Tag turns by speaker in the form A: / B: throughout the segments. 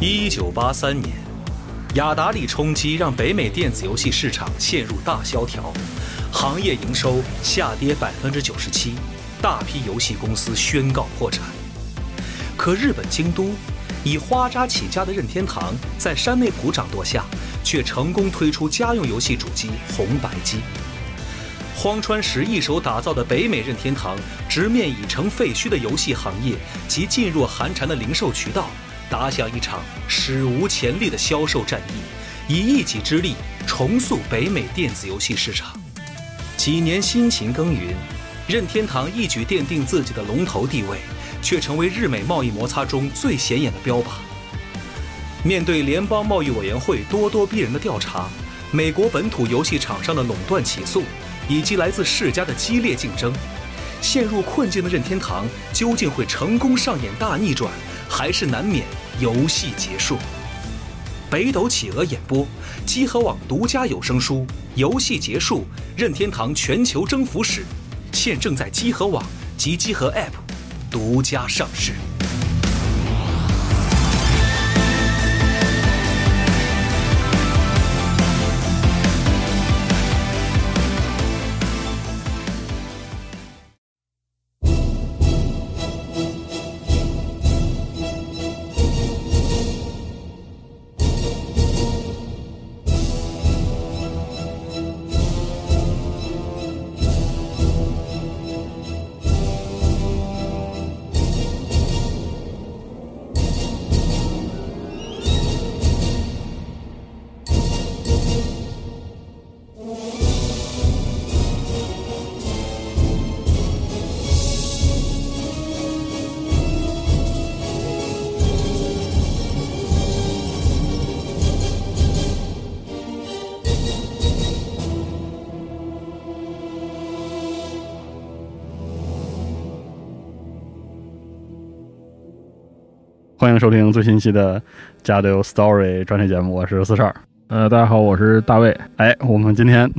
A: 一九八三年，雅达利冲击让北美电子游戏市场陷入大萧条，行业营收下跌百分之九十七，大批游戏公司宣告破产。可日本京都，以花渣起家的任天堂在山内鼓掌舵下，却成功推出家用游戏主机红白机。荒川石一手打造的北美任天堂，直面已成废墟的游戏行业及噤若寒蝉的零售渠道，打响一场史无前例的销售战役，以一己之力重塑北美电子游戏市场。几年辛勤耕耘，任天堂一举奠定自己的龙头地位，却成为日美贸易摩擦中最显眼的标靶。面对联邦贸易委员会咄咄逼人的调查，美国本土游戏厂商的垄断起诉，以及来自世家的激烈竞争，陷入困境的任天堂究竟会成功上演大逆转，还是难免游戏结束？北斗企鹅演播，积禾网独家有声书《游戏结束：任天堂全球征服史》，现正在积禾网及积禾 App 独家上市。
B: 欢迎收听最新期的《加流 Story》专题节目，我是四十二。
C: 呃，大家好，我是大卫。
B: 哎，我们今天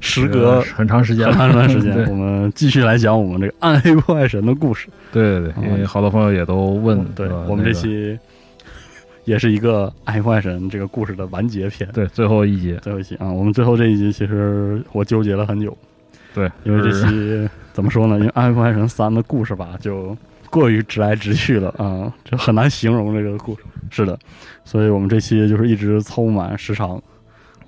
B: 时隔
C: 呃很长时间
B: 很长
C: 了，
B: 一段时间，
C: 对
B: 我们继续来讲我们这个暗黑破坏神的故事。
C: 对对对，因为好多朋友也都问，
B: 嗯对
C: 是吧
B: 我们这，
C: 那个
B: 期也是一个暗黑破坏神这个故事的完结篇，
C: 对最后一集，
B: 最后一期啊。我们最后这一集其实我纠结了很久，
C: 对，
B: 因为这
C: 就是
B: 期怎么说呢？因为《暗黑破坏神三》的故事吧，就过于直来直去了啊，就很难形容这个故事。是的，所以我们这期就是一直凑满时长。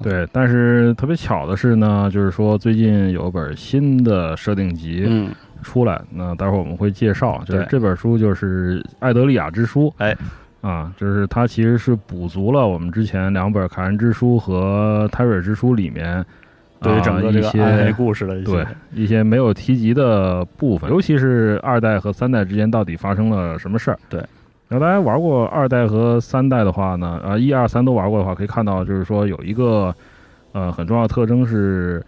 C: 对，但是特别巧的是呢，就是说最近有本新的设定集
B: 嗯，
C: 出来，那待会儿我们会介绍，就是
B: 对
C: 这本书就是《艾德利亚之书》，
B: 哎。
C: 啊，就是它其实是补足了我们之前两本《凯恩之书》和《泰瑞尔之书》里面
B: 对于
C: 啊
B: 整个这个
C: 一些
B: 暗黑故事的一些，
C: 对一些没有提及的部分，尤其是二代和三代之间到底发生了什么事儿。
B: 对，
C: 然后大家玩过二代和三代的话呢，啊，一二三都玩过的话，可以看到就是说有一个呃很重要的特征是，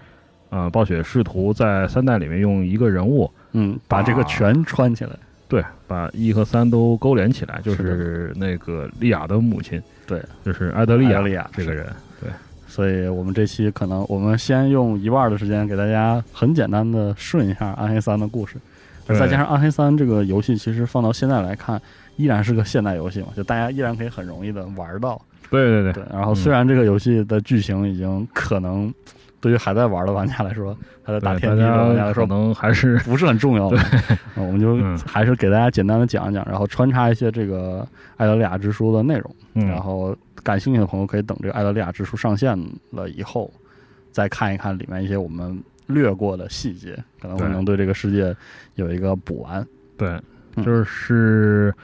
C: 呃，暴雪试图在三代里面用一个人物，
B: 嗯，把这个全串起来，
C: 对，把一和三都勾连起来，就是是那个利亚的母亲，
B: 对，
C: 就是艾德利
B: 艾
C: 亚
B: 德利亚
C: 这个人。
B: 所以我们这期可能我们先用一半的时间给大家很简单的顺一下《暗黑三》的故事，而
C: 对
B: 再加上《暗黑三》这个游戏，其实放到现在来看，依然是个现代游戏嘛，就大家依然可以很容易的玩到。
C: 对对
B: 对，
C: 对
B: 然后
C: 嗯
B: 虽然这个游戏的剧情已经可能对于还在玩的玩家来说，还在打
C: 对
B: 天梯的玩
C: 大
B: 家
C: 家
B: 来
C: 可
B: 说
C: 能还是
B: 不是很重要嘛，啊我们就
C: 嗯
B: 还是给大家简单的讲一讲，然后穿插一些这个《艾德利亚之书》的内容。
C: 嗯
B: 然后感兴趣的朋友可以等这个《艾德利亚之书》上线了以后，再看一看里面一些我们略过的细节，可能会
C: 对
B: 能对这个世界有一个补完。
C: 对，
B: 嗯
C: 就是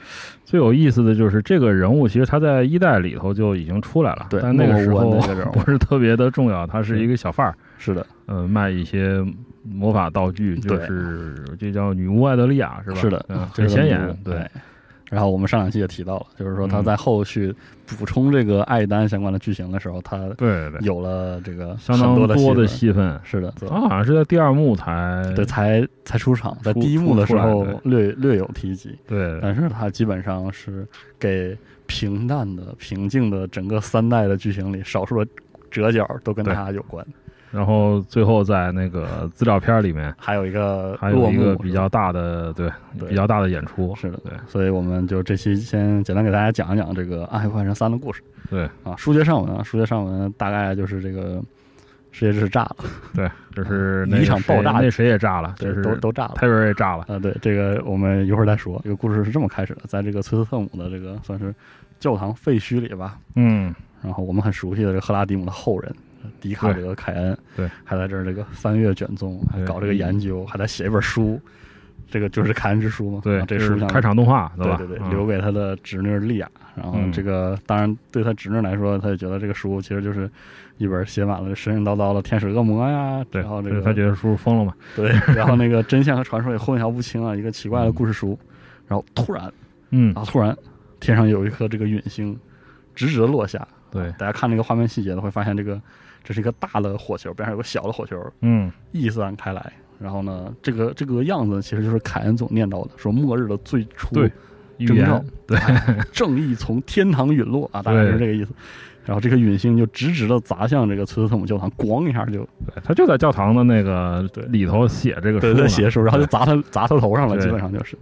C: 最有意思的就是这个人物，其实他在一代里头就已经出来了，
B: 对
C: 但那个时
B: 默默无闻
C: 候
B: 的一个人物
C: 不是特别的重要，他是一个小贩儿，
B: 是的，
C: 呃，卖一些魔法道具，就
B: 对
C: 是这叫女巫艾德利亚是吧？
B: 是的，
C: 嗯，
B: 这
C: 很
B: 个
C: 显
B: 女
C: 眼
B: 巫，
C: 对
B: 哎。然后我们上两期也提到了，就是说他
C: 嗯
B: 在后续补充这个艾丹相关的剧情的时候，他
C: 对对对，
B: 有了这个
C: 相
B: 很
C: 当
B: 多的戏
C: 的哦
B: 份
C: 戏份，
B: 是的，对
C: 他好像是在第二幕才
B: 对，才才出场，在
C: 嗯出
B: 第一幕的时候
C: 出出来
B: 略略有提及，
C: 对
B: 但是它基本上是给平淡的、平静的整个三代的剧情里，少数的折角都跟
C: 对
B: 它有关。
C: 然后最后在那个资料片里面
B: 还有一个
C: 还
B: 落
C: 有一
B: 幕
C: 个
B: 是
C: 比
B: 吧
C: 较大的对
B: 对
C: 比较大的演出，
B: 是的，
C: 对
B: 所以我们就这期先简单给大家讲一讲这个《暗黑破坏神三》的故事
C: 对
B: 啊。书接上文啊，书接上文大概就是这个世界之石炸了，
C: 对，就是那
B: 嗯一场
C: 个谁
B: 爆炸
C: 那谁也炸了，就
B: 对，
C: 是
B: 都都炸了。
C: 泰瑞也炸了，
B: 啊，对，这个我们一会儿再说。这个故事是这么开始的，在这个崔斯特姆的这个算是教堂废墟里吧，
C: 嗯，
B: 然后我们很熟悉的这个赫拉迪姆的后人迪卡
C: 对
B: 德·凯恩，
C: 对，
B: 还在这儿这个翻阅卷宗，还
C: 对
B: 搞这个研究，还在写一本书，这个就是《凯恩之书》嘛。
C: 嗯对，
B: 啊这
C: 就是
B: 书上
C: 开场动画，
B: 对
C: 吧？
B: 对对，
C: 嗯
B: 留给他的侄女莉亚。然后
C: 嗯
B: 这个当然对他侄女来说，他也觉得这个书其实就是一本写满了神神叨叨的天使恶魔呀，
C: 对，
B: 然后这
C: 所
B: 个
C: 以他觉得叔叔疯了嘛，
B: 对， 然后那个真相和传说也混淆不清啊，一个奇怪的故事书。然后突然
C: 嗯，
B: 啊，突然天上有一颗这个陨星直直的落下，
C: 对，
B: 大家看这个画面细节的会发现，这个这是一个大的火球，边上有个小的火球
C: 嗯，
B: 逸散开来。然后呢，这个这个样子其实就是凯恩总念叨的，说末日的最初
C: 对预
B: 征兆
C: 言，对，
B: 正义从天堂陨落 啊，大概是这个意思。然后这个陨星就直直的砸向这个崔斯特姆教堂，咣一下就
C: 对他就在教堂的那个里头写这个书
B: 对
C: 呢，
B: 对邪术，然后就砸他砸他头上了，
C: 对
B: 基本上就是。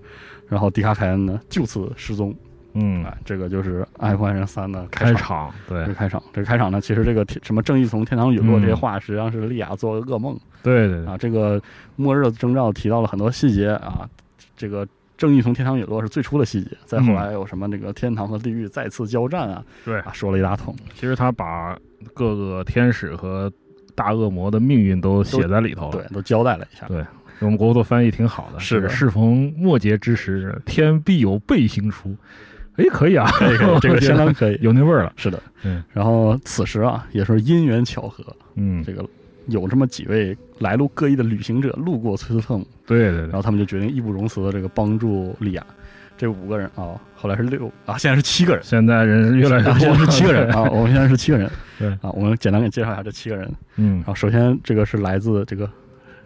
B: 然后迪卡凯恩呢就此失踪，
C: 嗯，
B: 哎，这个就是《爱幻人三》的开
C: 开
B: 场。嗯
C: 场，对
B: 这个开场，这个开场呢，其实这个天什么正义从天堂陨落这些
C: 嗯
B: 话，实际上是莉亚做噩梦
C: 对对对，
B: 啊。这个末日的征兆提到了很多细节啊，这个正义从天堂陨落是最初的细节，再后来有什么那个天堂和地狱再次交战啊，
C: 嗯对
B: 啊，说了一大通。
C: 其实他把各个天使和大恶魔的命运都写在里头
B: 对
C: 了。，
B: 都交代了一下。
C: 对我们国货翻译挺好的，
B: 是的
C: 适逢末节之时，天必有背星出。哎，可以啊，
B: 这个这
C: 我
B: 个
C: 觉
B: 相
C: 得
B: 当可以。
C: 有那味儿了。
B: 是的，
C: 嗯。
B: 然后此时啊，也是因缘巧合，
C: 嗯，
B: 这个有这么几位来路各异的旅行者路过崔斯特姆，
C: 对对
B: 然
C: 对，
B: 后他们就决定义不容辞的这个帮助莉亚。这五个人啊，后来是六啊，现在是七个人，
C: 现在人是越来越
B: 啊现
C: 多，
B: 在是七 个人。 啊，我们现在是七个人。
C: 对
B: 啊，我们简单给介绍一下这七个人。
C: 嗯
B: 然啊后首先这个是来自这个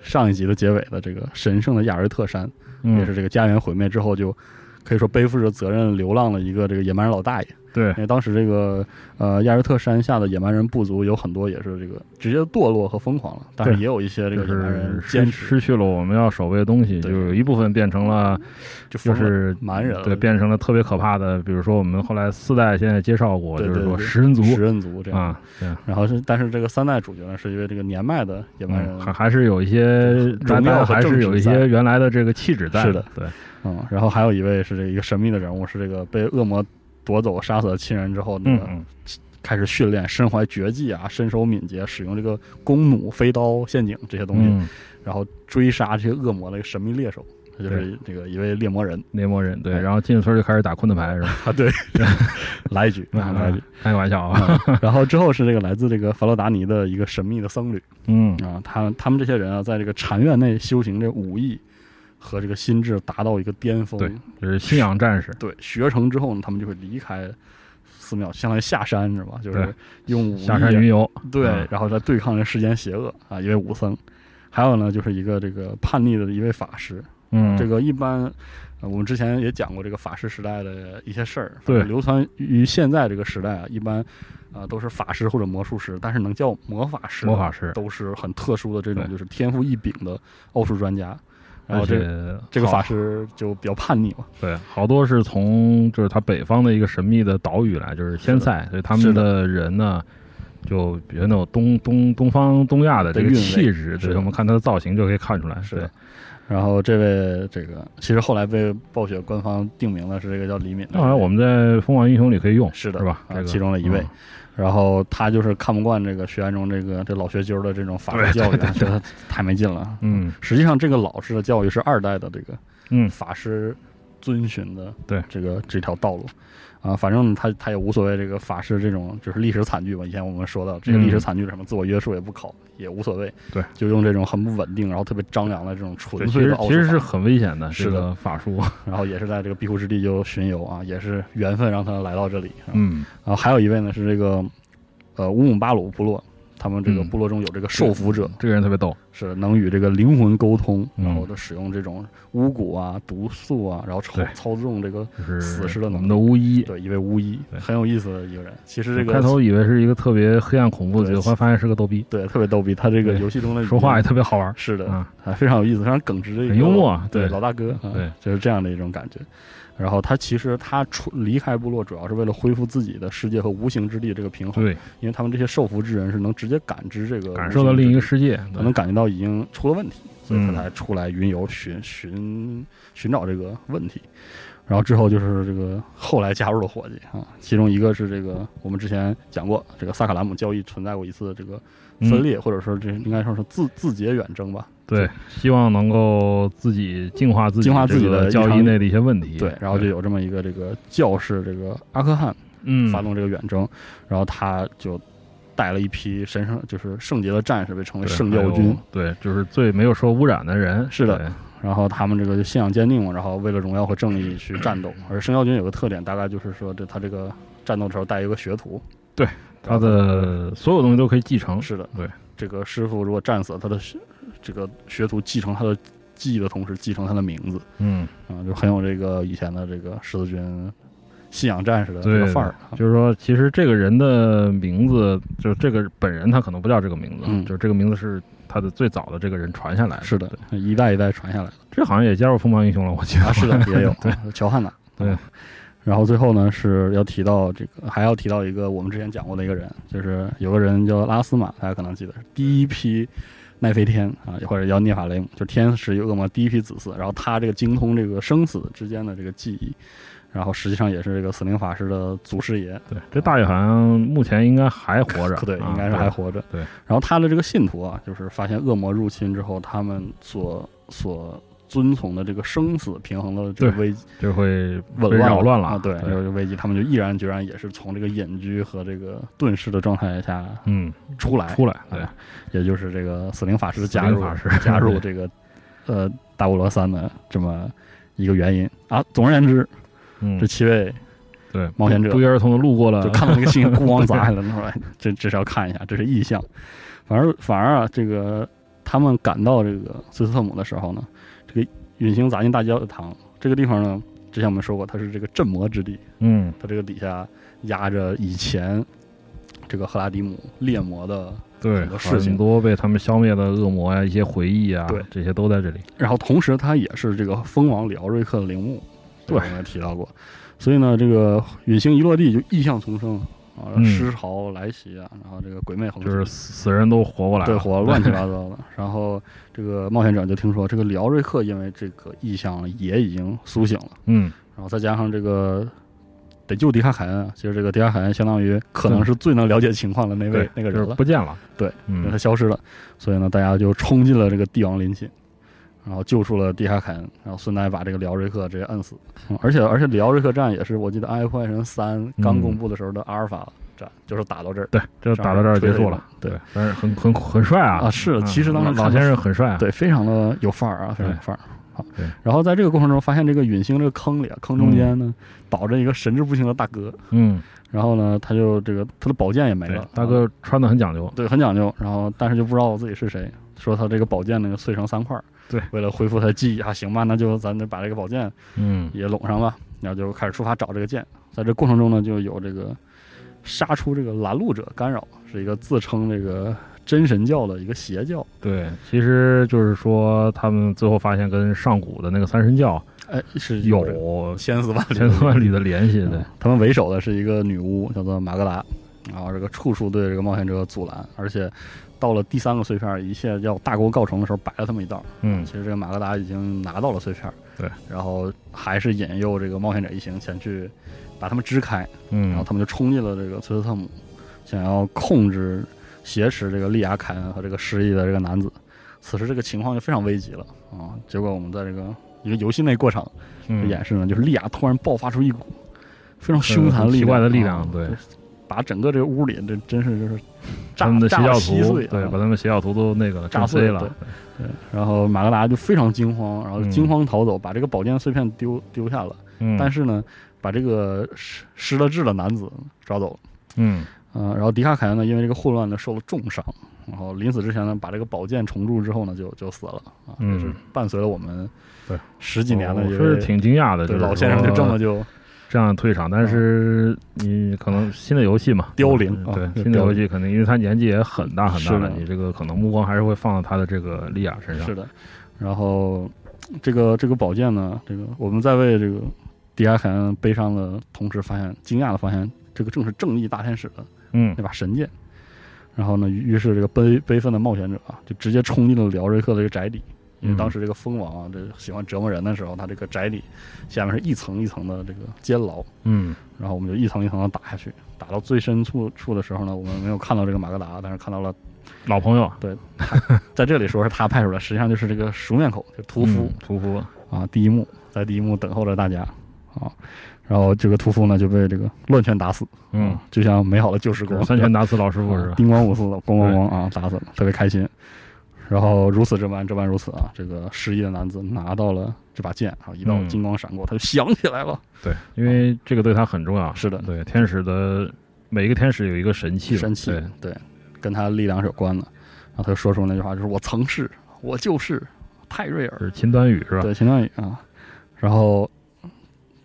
B: 上一集的结尾的这个神圣的亚尔特山，也
C: 嗯，
B: 是这个家园毁灭之后就可以说背负着责任流浪了一个这个野蛮人老大爷。
C: 对
B: 因为当时这个呃亚尔特山下的野蛮人部族有很多也是这个直接堕落和疯狂了，但是
C: 对
B: 也有一些这
C: 就
B: 个野蛮人
C: 是
B: 坚
C: 失
B: 持
C: 失去了我们要守卫的东西，就
B: 对呃
C: 有一部分变成了
B: 就疯
C: 就
B: 了
C: 是
B: 蛮人了
C: 对，变成了特别可怕的，比如说我们后来四代现在介绍过，
B: 对
C: 就是
B: 对
C: 说
B: 对
C: 食人族
B: 食人族这样。
C: 啊，对，
B: 然后是，但是这个三代主角呢，是一位这个年迈的野蛮人
C: 嗯，还还是有一些
B: 对
C: 咱
B: 荣耀
C: 们
B: 和
C: 还
B: 正
C: 是有
B: 直
C: 一
B: 在
C: 些原来的这个气质在。
B: 是的，
C: 对，
B: 嗯，然后还有一位是这个一个神秘的人物，是这个被恶魔夺走杀死了亲人之后，那
C: 嗯
B: 个
C: 嗯，
B: 开始训练，身怀绝技啊，身手敏捷，使用这个弓弩、飞刀、陷阱这些东西，
C: 嗯
B: 然后追杀这些恶魔的一个神秘猎手，他就是这个一位猎魔人
C: 猎魔人对，
B: 哎
C: 然后进村就开始打昆特牌是吧？
B: 啊， 对，来一局，
C: 嗯
B: 啊来一局。
C: 开个玩笑啊，
B: 然后之后是这个来自这个佛罗达尼的一个神秘的僧侣
C: 嗯，
B: 啊，他他们这些人啊，在这个禅院内修行这武艺和这个心智达到一个巅峰，
C: 对就是信仰战士，
B: 对，学成之后呢，他们就会离开寺庙，相当于下山是吧？就是
C: 对
B: 用武力
C: 下山云游，
B: 对
C: 嗯，
B: 然后再对抗这世间邪恶啊，一位武僧，还有呢就是一个这个叛逆的一位法师。
C: 嗯，
B: 这个一般、呃我们之前也讲过这个法师时代的一些事儿，反
C: 对
B: 正流传于现在这个时代啊，一般啊、都是法师或者魔术师，但是能叫魔法师的
C: 魔法师
B: 都是很特殊的这种
C: 对
B: 就是天赋异禀的奥术专家。然后这个
C: 个
B: 哦这个法
C: 师
B: 师就比较叛逆嘛，
C: 对，好多是从就是他北方的一个神秘的岛屿来，就是仙塞，所以他
B: 是
C: 们
B: 的
C: 的人呢。就比较那种东东东方东亚的这
B: 的
C: 个
B: 韵味
C: 气质，
B: 是
C: 对
B: 的
C: 我们看他的造型就可以看出来。
B: 是的然后这位这个其实后来被暴雪官方定名了，是这个叫李敏的。
C: 那好像我们在《疯狂英雄》里可以用，
B: 是的
C: 是吧？
B: 啊
C: 这个
B: 其中的一位
C: 嗯
B: 然后他就是看不惯这个学员中这个这老学究的这种法律教育啊，觉得太没劲了。
C: 嗯
B: 实际上，这个老师的教育是二代的这个
C: 嗯，
B: 法师遵循的
C: 对
B: 这个这条道路啊，反正他他也无所谓这个法师这种就是历史惨剧吧。以前我们说到这个
C: 嗯
B: 历史惨剧是什么，自我约束也不考也无所谓，
C: 对，
B: 就用这种很不稳定，然后特别张扬的这种纯
C: 对其
B: 粹的
C: 实
B: 奥
C: 其实
B: 数
C: 是
B: 法
C: 很危险的，
B: 是
C: 这
B: 的
C: 个 法术。
B: 然后也是在这个庇护之地就巡游啊，也是缘分让他来到这里。嗯，
C: 嗯，
B: 然后还有一位呢是这个呃乌姆巴鲁部落，他们这个
C: 嗯
B: 部落中有这个受服者，
C: 这个人特别逗，
B: 是能与这个灵魂沟通，
C: 嗯
B: 然后的使用这种巫蛊啊、毒素啊，然后操
C: 对
B: 操纵这个
C: 就是
B: 死士的
C: 我
B: 能
C: 们的巫医。
B: 对一位巫医，
C: 对
B: 很有意思的一个人。其实这个
C: 开头以为是一个特别黑暗恐怖的，
B: 对
C: 结果发现是个逗逼，
B: 对特别逗逼，他这个
C: 对
B: 游戏中的语言
C: 说话也特别好玩。
B: 是的，
C: 啊
B: 啊，非常有意思，非常耿直的一个
C: 很幽默
B: 对
C: 对
B: 老大哥，啊
C: 对，
B: 就是这样的一种感觉。然后他其实他出离开部落，主要是为了恢复自己的世界和无形之地这个平衡，
C: 对，
B: 因为他们这些受服之人是能直接感知这个，
C: 感受到另一个，世界，
B: 他能感觉到已经出了问题，所以他
C: 嗯
B: 才出来云游寻寻寻找这个问题。然后之后就是这个后来加入了伙计啊，其中一个是这个我们之前讲过，这个萨卡兰姆交易存在过一次这个
C: 嗯
B: 分裂，或者说这应该说是自自结远征吧，
C: 对，希望能够自己净化自己
B: 净化自己
C: 这个
B: 的
C: 交
B: 日常
C: 易内的一些问题。
B: 对，然后就有这么一个这个教士，这个阿克汉
C: 嗯
B: 发动这个远征，然后他就带了一批神圣，就是圣洁的战士，被称为
C: 对
B: 圣教军。，
C: 还有对，就是最没有受污染的人。
B: 是的
C: 对，
B: 然后他们这个就信仰坚定嘛，然后为了荣耀和正义去战斗。而圣教军有个特点，大概就是说，这他这个战斗的时候带一个学徒，
C: 对他的所有东西都可以继承。
B: 是的，
C: 哦对，
B: 这个师傅如果战死了，他的学这个学徒继承他的技艺的同时，继承他的名字，
C: 嗯，
B: 啊、就很有这个以前的这个十字军信仰战士的这
C: 对
B: 个范儿啊。
C: 就是说，其实这个人的名字，就这个本人他可能不叫这个名字，
B: 嗯
C: 就是这个名字是他的最早的这个人传下来的。
B: 啊是的，一代一代传下来。
C: 这好像也加入疯狂英雄了，我记得。
B: 啊，是的，也有
C: 对
B: 乔汉娜。
C: 对，
B: 然后最后呢是要提到这个，还要提到一个我们之前讲过的一个人，就是有个人叫拉斯玛，大家可能记得是第一批奈飞天啊，或者叫涅法雷姆，就是天使与恶魔第一批子嗣。然后他这个精通这个生死之间的这个记忆，然后实际上也是这个死灵法师的祖师爷，，
C: 对，这大宇好像目前应该还活着
B: 对，
C: 啊
B: 应该是还。活着。
C: 对
B: 然后他的这个信徒啊，就是发现恶魔入侵之后，他们所所遵从的这个生死平衡的这个
C: 对
B: 危
C: 就会
B: 紊
C: 被
B: 乱
C: 扰乱了。
B: 啊，对，有有危机，他们就毅然决然也是从这个隐居和这个遁世的状态下
C: 嗯，
B: 出来，
C: 出来，对
B: 啊，也就是这个死灵法师
C: 死
B: 加
C: 灵
B: 入
C: 法师
B: 加入
C: 对
B: 这个呃大乌罗三的这么一个原因啊。总而言之，
C: 嗯
B: 这，七位
C: 对，
B: 冒险者
C: 不约而同的路过了
B: 就，看到那个 星星咣咣砸下来，说哎，这这是要看一下，这是意象。反而反而啊，这个他们赶到这个斯特姆的时候呢，这个陨星砸进大教堂这个地方呢，之前我们说过，它是这个镇魔之地。
C: 嗯，
B: 它这个底下压着以前这个赫拉迪姆
C: 嗯
B: 猎魔的，
C: 对，
B: 很多事情
C: 很多被他们消灭的恶魔呀、一些回忆啊，
B: 对
C: 这些都在这里。
B: 然后同时它也是这个蜂王里奥瑞克的陵墓，
C: 对
B: 我们也提到过。所以呢，这个陨星一落地就异象丛生啊，
C: 嗯
B: 尸潮来袭啊，然后这个鬼魅横
C: 就
B: 行，
C: 是死死人都活过来了，
B: 对 火乱七八糟的。然后这个冒险者就听说这个里奥瑞克因为这个异象也已经苏醒了，
C: 嗯，
B: 然后再加上这个。得救迪卡凯恩啊，其实这个迪卡凯恩相当于可能是最能了解情况的那位
C: 对，
B: 那个
C: 就
B: 人
C: 是
B: 了，
C: 不见了，
B: 对，因为
C: 嗯
B: 他，消失了，所以呢，大家就冲进了这个帝王陵寝，然后救出了蒂哈凯恩，然后顺带把这个里奥瑞克直接摁死。 嗯而且而且里奥瑞克战也是我记得《暗夜破坏神三》
C: 嗯
B: 刚公布的时候的阿尔法战，就是打到这儿
C: 对，这打到这儿结束了，
B: 对，
C: 但是很很很帅啊
B: 啊是
C: 嗯
B: 其实当时
C: 老
B: 看
C: 老
B: 到
C: 先生很帅啊，
B: 对，非常的有范儿啊，非常有
C: 对
B: 范儿。好
C: 对，
B: 然后在这个过程中发现这个陨星这个坑里啊，坑中间呢倒着一个神志不清的大哥，
C: 嗯，
B: 然后呢他就这个他的宝剑也没
C: 对
B: 了，，啊
C: 大哥穿的很讲究，
B: 对，很讲究。然后，但是就不知道自己是谁，说他这个宝剑那个碎成三块儿。
C: 对，
B: 为了恢复他的记忆啊，行吧，那就咱就把这个宝剑
C: 嗯，
B: 也拢上吧。然后就开始出发找这个剑，在这过程中呢，就有这个杀出这个拦路者干扰，是一个自称这个真神教的一个邪教。
C: 对，其实就是说他们最后发现跟上古的那个三神教
B: 哎，是
C: 有
B: 这个千丝万缕
C: 千
B: 的
C: 丝万缕的联系，对
B: 嗯，他们为首的是一个女巫，叫做马格达，然后这个处处对这个冒险者阻拦，而且到了第三个碎片，一切要大功告成的时候，摆了他们一道。
C: 嗯
B: 其，实这个马格达已经拿到了碎片，
C: 对，
B: 然后还是引诱这个冒险者一行前去把他们支开，
C: 嗯，
B: 然后他们就冲进了这个崔斯特姆，想要控制、挟持这个利亚凯恩和这个失忆的这个男子。此时这个情况就非常危急了啊！结果我们在这个一个游戏内过场
C: 嗯
B: 演示呢，就是利亚突然爆发出一股非常凶残
C: 很
B: 的力量、
C: 奇怪的力
B: 啊
C: 量，对，
B: 把整个这个屋里这真是就是炸
C: 他们的邪
B: 炸
C: 教
B: 得稀
C: 徒，
B: 碎
C: 对，
B: 啊
C: 把他们邪教徒都那个了，
B: 炸
C: 震
B: 碎
C: 飞
B: 了
C: 了，
B: 然后马格达就非常惊慌，然后
C: 嗯
B: 惊慌逃走，把这个宝剑碎片丢丢下了。
C: 嗯，
B: 但
C: 是
B: 是呢，把这个失失了智的男子抓走了
C: 嗯，
B: 啊、呃，然后迪卡凯恩呢，因为这个混乱呢受了重伤，然后临死之前呢，把这个宝剑重铸之后呢，就就死了啊，
C: 嗯
B: 也是伴随了我们
C: 对
B: 十几年的
C: 我
B: 一
C: 是
B: 位
C: 挺惊讶的，
B: 对
C: 就是
B: 老先生就
C: 说
B: 这么就
C: 这样退场，但是你可能新的游戏嘛，
B: 凋零
C: 嗯
B: 啊
C: 对新的游戏肯定，因为他年纪也很大很大
B: 是
C: 了
B: 的，
C: 你这个可能目光还是会放到他的这个莉亚身上。
B: 是的，然后这个这个宝剑呢，这个我们在为这个迪亚凯恩悲伤的同时，发现惊讶的发现，这个正是正义大天使的
C: 嗯
B: 那把神剑。然后呢，于于是这个悲悲愤的冒险者啊，就直接冲进了辽瑞克的这个宅邸，因为
C: 嗯
B: 当时这个蜂王啊，这喜欢折磨人的时候，他这个宅邸下面是一层一层的这个监牢，
C: 嗯
B: 然后我们就一层一层的打下去，打到最深处处的时候呢，我们没有看到这个马格达，但是看到了
C: 老朋友，
B: 在这里说是他派出来，实际上就是这个熟面孔，就屠夫，
C: 嗯屠夫，
B: 啊，第一幕在第一幕等候着大家啊，然后这个屠夫呢就被这个乱拳打死，
C: 嗯
B: 啊，，就像美好的救世
C: 这
B: 国
C: 个 三拳打死老师傅是
B: 啊
C: 吧？
B: 叮咣五四的咣咣咣啊打死了，特别开心。然后如此这般，这般如此啊！这个失忆的男子拿到了这把剑，啊，一道
C: 嗯
B: 金光闪过，他就想起来了，
C: 对，因为这个对他很重要。
B: 是的
C: 对，天使的每一个天使有一个神器嘛，
B: 神器
C: 对，
B: 对，跟他力量是有关的。然后他就说出那句话，就是我曾是，我就是泰瑞尔
C: 就。是秦端宇是吧？
B: 对，秦段宇啊，然后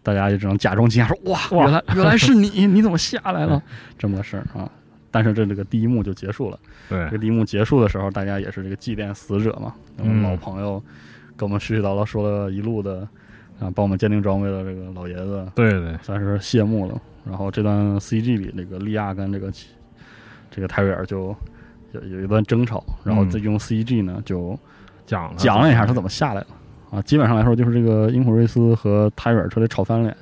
B: 大家就只能假装惊讶说：“哇，
C: 哇
B: 原来原来是 你，你怎么下来了？”这么个事儿啊。但是这这个第一幕就结束了。
C: 对
B: 这个第一幕结束的时候，大家也是这个祭奠死者嘛，我们
C: 嗯
B: 老朋友跟我们絮絮叨叨说了一路的啊，帮我们鉴定装备的这个老爷子
C: 对对，
B: 算是谢幕了。然后这段 CG 里，这个利亚跟这个奇这个泰瑞尔就有有一段争吵，然后
C: 嗯
B: 再用 CG 呢就
C: 讲了
B: 讲了一下他怎么下来的啊。
C: 嗯
B: 基本上来说，就是这个英普瑞斯和泰瑞尔彻底吵翻脸，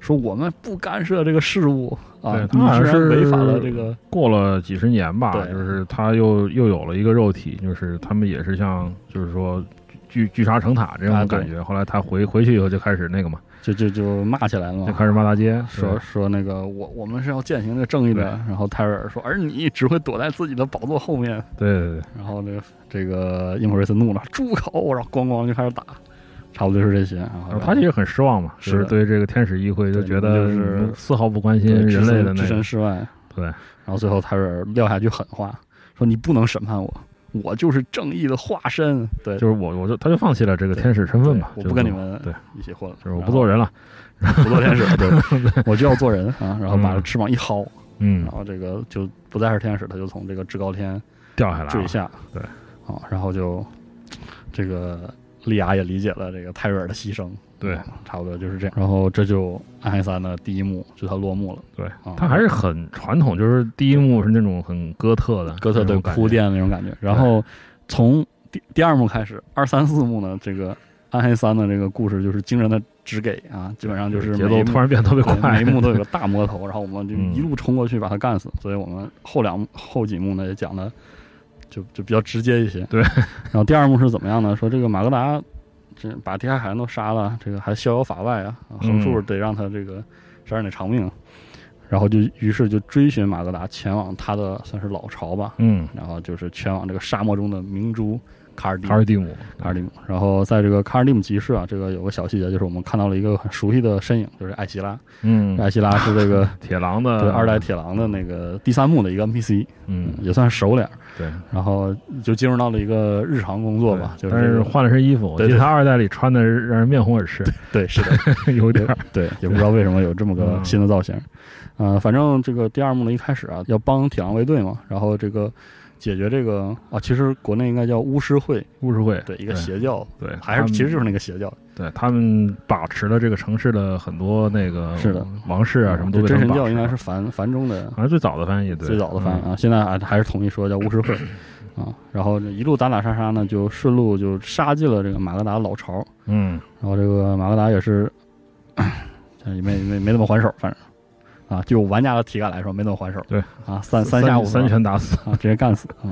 B: 说我们不干涉这个事务啊
C: 对，他
B: 你
C: 好像
B: 居然
C: 是
B: 违反了这个
C: 过了几十年吧，
B: 对
C: 就是他又又有了一个肉体，就是他们也是像就是说聚聚沙成塔这
B: 啊
C: 种
B: 对
C: 感觉。后来他回回去以后就开始那个嘛，
B: 就就就骂起来了
C: 就
B: 嘛。
C: 开始骂大街，
B: 说说那个我我们是要践行这个正义的
C: 对，
B: 然后泰瑞尔说，而你只会躲在自己的宝座后面。
C: 对对对对，
B: 然后这个这个英普瑞斯怒了，住口！然后咣咣就开始打，差不多就是这些啊。
C: 然后他其实很失望嘛，
B: 是
C: 就是
B: 的
C: 对这个天使议会就
B: 对
C: 觉得
B: 就是
C: 丝毫不关心
B: 对置
C: 人类的
B: 身置
C: 那
B: 身
C: 个，
B: 事外，
C: 对，
B: 然后最后泰瑞尔撂下一句狠话，说：“你不能审判我，我就是正义的化身。”对，
C: 就是我我就他就放弃了这个
B: 对
C: 天使身份吧，
B: 对我
C: 就
B: 不跟
C: 是
B: 你们
C: 对
B: 一起混了，
C: 就是我不做人了，
B: 然后，不做天使， 对，我就要做人啊！然后把
C: 嗯
B: 翅膀一薅，
C: 嗯
B: 然，后这个就不再是天使，他就从这个制高天
C: 掉下来
B: 坠
C: 了，
B: 下，
C: 对，
B: 啊，然后就这个莉亚也理解了这个泰瑞尔的牺牲，哦
C: 对
B: 差不多就是这样。然后这就暗黑三的第一幕，就它落幕了。
C: 对
B: 啊，
C: 他还是很传统，就是第一幕是那种很哥特的
B: 哥特
C: 那
B: 对
C: 种感觉
B: 铺，垫的那种感觉。然后从第第二幕开始，二三四幕呢，这个暗黑三的这个故事就是惊人的直给啊，基本上就是
C: 节
B: 每一幕
C: 奏突然变得特别
B: 对
C: 快，
B: 每一幕都有个大魔头，然后我们就
C: 嗯
B: 一路冲过去把他干死。所以我们后两幕后几幕呢也讲的就就比较直接一些。
C: 对
B: 然后第二幕是怎么样呢？说这个马格达这把迪亚海恩都杀了，这个还逍遥法外啊，啊横竖
C: 嗯
B: 得让他这个杀人得偿命。然后就于是就追寻马格达，前往他的算是老巢吧，
C: 嗯，
B: 然后就是前往这个沙漠中的明珠卡尔蒂
C: 卡尔蒂姆，
B: 卡尔蒂姆。然后在这个卡尔蒂姆集市啊，这个有个小细节，就是我们看到了一个很熟悉的身影，就是艾希拉。
C: 嗯，
B: 艾希拉是这 个
C: 铁狼的
B: 对二代，铁狼的那个嗯第三幕的一个 NPC，
C: 嗯，
B: 也算是熟脸儿。
C: 对，
B: 然后就进入到了一个日常工作吧，就
C: 对
B: 是
C: 但
B: 这
C: 是
B: 个
C: 换了身衣服，我
B: 对
C: 记得
B: 对
C: 他二代里穿的是让人面红耳赤，
B: 对是的，
C: 有点儿，
B: 对，也不知道为什么有这么个
C: 嗯
B: 新的造型。呃，反正这个第二幕的一开始啊，要帮铁狼卫队嘛，然后这个解决这个啊，其实国内应该叫巫师会，
C: 故事会，
B: 对，一个邪教，
C: 对，
B: 还是其实就是是那个邪教，
C: 对他们把持了这个城市的很多那个
B: 是的嗯
C: 王室啊什么都
B: 这
C: 被
B: 真
C: 他们
B: 神
C: 把持
B: 教应该
C: 了
B: 是梵梵中的
C: 好像最早的翻译，对，
B: 最早的翻译
C: 嗯
B: 啊，现在还还是统一说叫巫师会 啊。然后这一路打打杀杀呢，就顺路就杀进了这个马格达老巢，
C: 嗯，
B: 然后这个马格达也是， 但是也没没没怎么还手，反正啊，就玩家的体感来说没怎么还手，
C: 对
B: 啊，三三下五除
C: 三拳打死，
B: 啊，直接干死啊，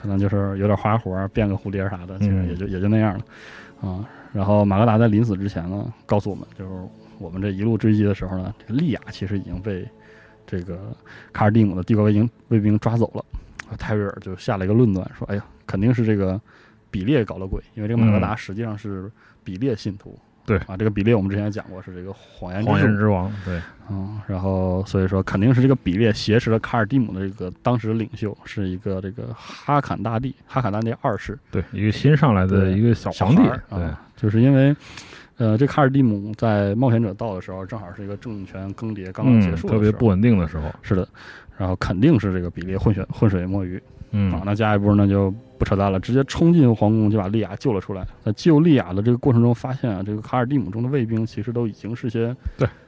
B: 可能就是有点花活儿，变个蝴蝶啥的，其实也就、也就那样了啊。然后马格达在临死之前呢，告诉我们，就是我们这一路追击的时候呢，这个利亚其实已经被这个卡尔蒂姆的帝国卫兵卫兵抓走了。啊泰瑞尔就下了一个论断，说：“哎呀，肯定是这个比列搞了鬼，因为这个马格达实际上是比列信徒、
C: 对
B: 啊，这个比列我们之前也讲过是这个谎言
C: 谎言
B: 之
C: 之王，对，
B: 嗯，然后所以说肯定是这个比列挟持了卡尔蒂姆的这个当时的领袖是一个这个哈坎大帝哈坎大帝二世
C: 对，一个新上来的
B: 对
C: 一个小
B: 小
C: 皇帝
B: 孩儿，
C: 对
B: 啊，就是因为。呃，这卡尔蒂姆在冒险者到的时候，正好是一个政权更迭刚刚
C: 嗯
B: 结束的时候，
C: 特别不稳定的时候，
B: 是的，然后肯定是这个比利混血浑水摸鱼
C: 嗯
B: 啊。那下一步呢就不扯淡了，直接冲进皇宫就把莉亚救了出来。在救莉亚的这个过程中，发现啊，这个卡尔蒂姆中的卫兵其实都已经是些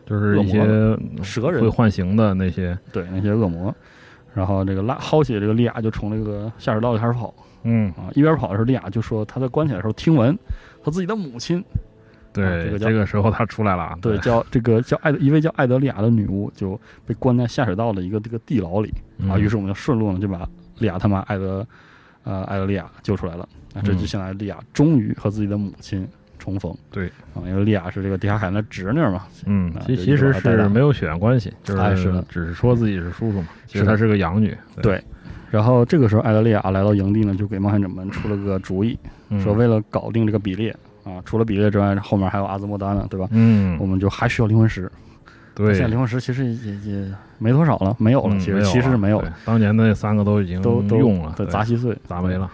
C: 就是一些
B: 蛇
C: 会
B: 人，
C: 幻形的那些，
B: 对那些恶魔。然后这个拉薅起这个莉亚就从这个下水道里开始跑
C: 嗯，
B: 啊，一边跑的时候，莉亚就说她在关起来的时候听闻她自己的母亲，啊这
C: 对，
B: 个叫
C: 这个时候他出来了啊，
B: 对，叫这个叫艾一位叫艾德利亚的女巫就被关在下水道的一个这个地牢里。
C: 嗯
B: 啊，于是我们就顺路呢就把利亚他妈艾德，呃，艾德利亚救出来了。啊，这
C: 嗯
B: 就相当于利亚终于和自己的母亲重逢。
C: 对
B: 啊，因为利亚是这个迪卡凯恩的侄女嘛。
C: 嗯
B: 啊，
C: 其
B: 就
C: 其
B: 一直
C: 实
B: 把他带
C: 是
B: 大
C: 没有血缘关系，就
B: 哎是的嗯
C: 只是说自己是叔叔嘛，其
B: 是
C: 实
B: 的
C: 她是个养女，
B: 对然后这个时候，艾德利亚来到营地呢，就给冒险者们出了个主意，
C: 嗯
B: 说为了搞定这个比列啊，除了比列之外，后面还有阿兹莫丹呢，对吧？我
C: 嗯，
B: 们就还需要灵魂石。现在
C: 对
B: 灵，魂石其实也也没多少了，没有了，
C: 嗯
B: 其
C: 没
B: 实其实是没有
C: 对
B: 了，
C: 当年那三个都已经
B: 都都
C: 用了，
B: 对，
C: 对
B: 砸稀碎。
C: 砸没了，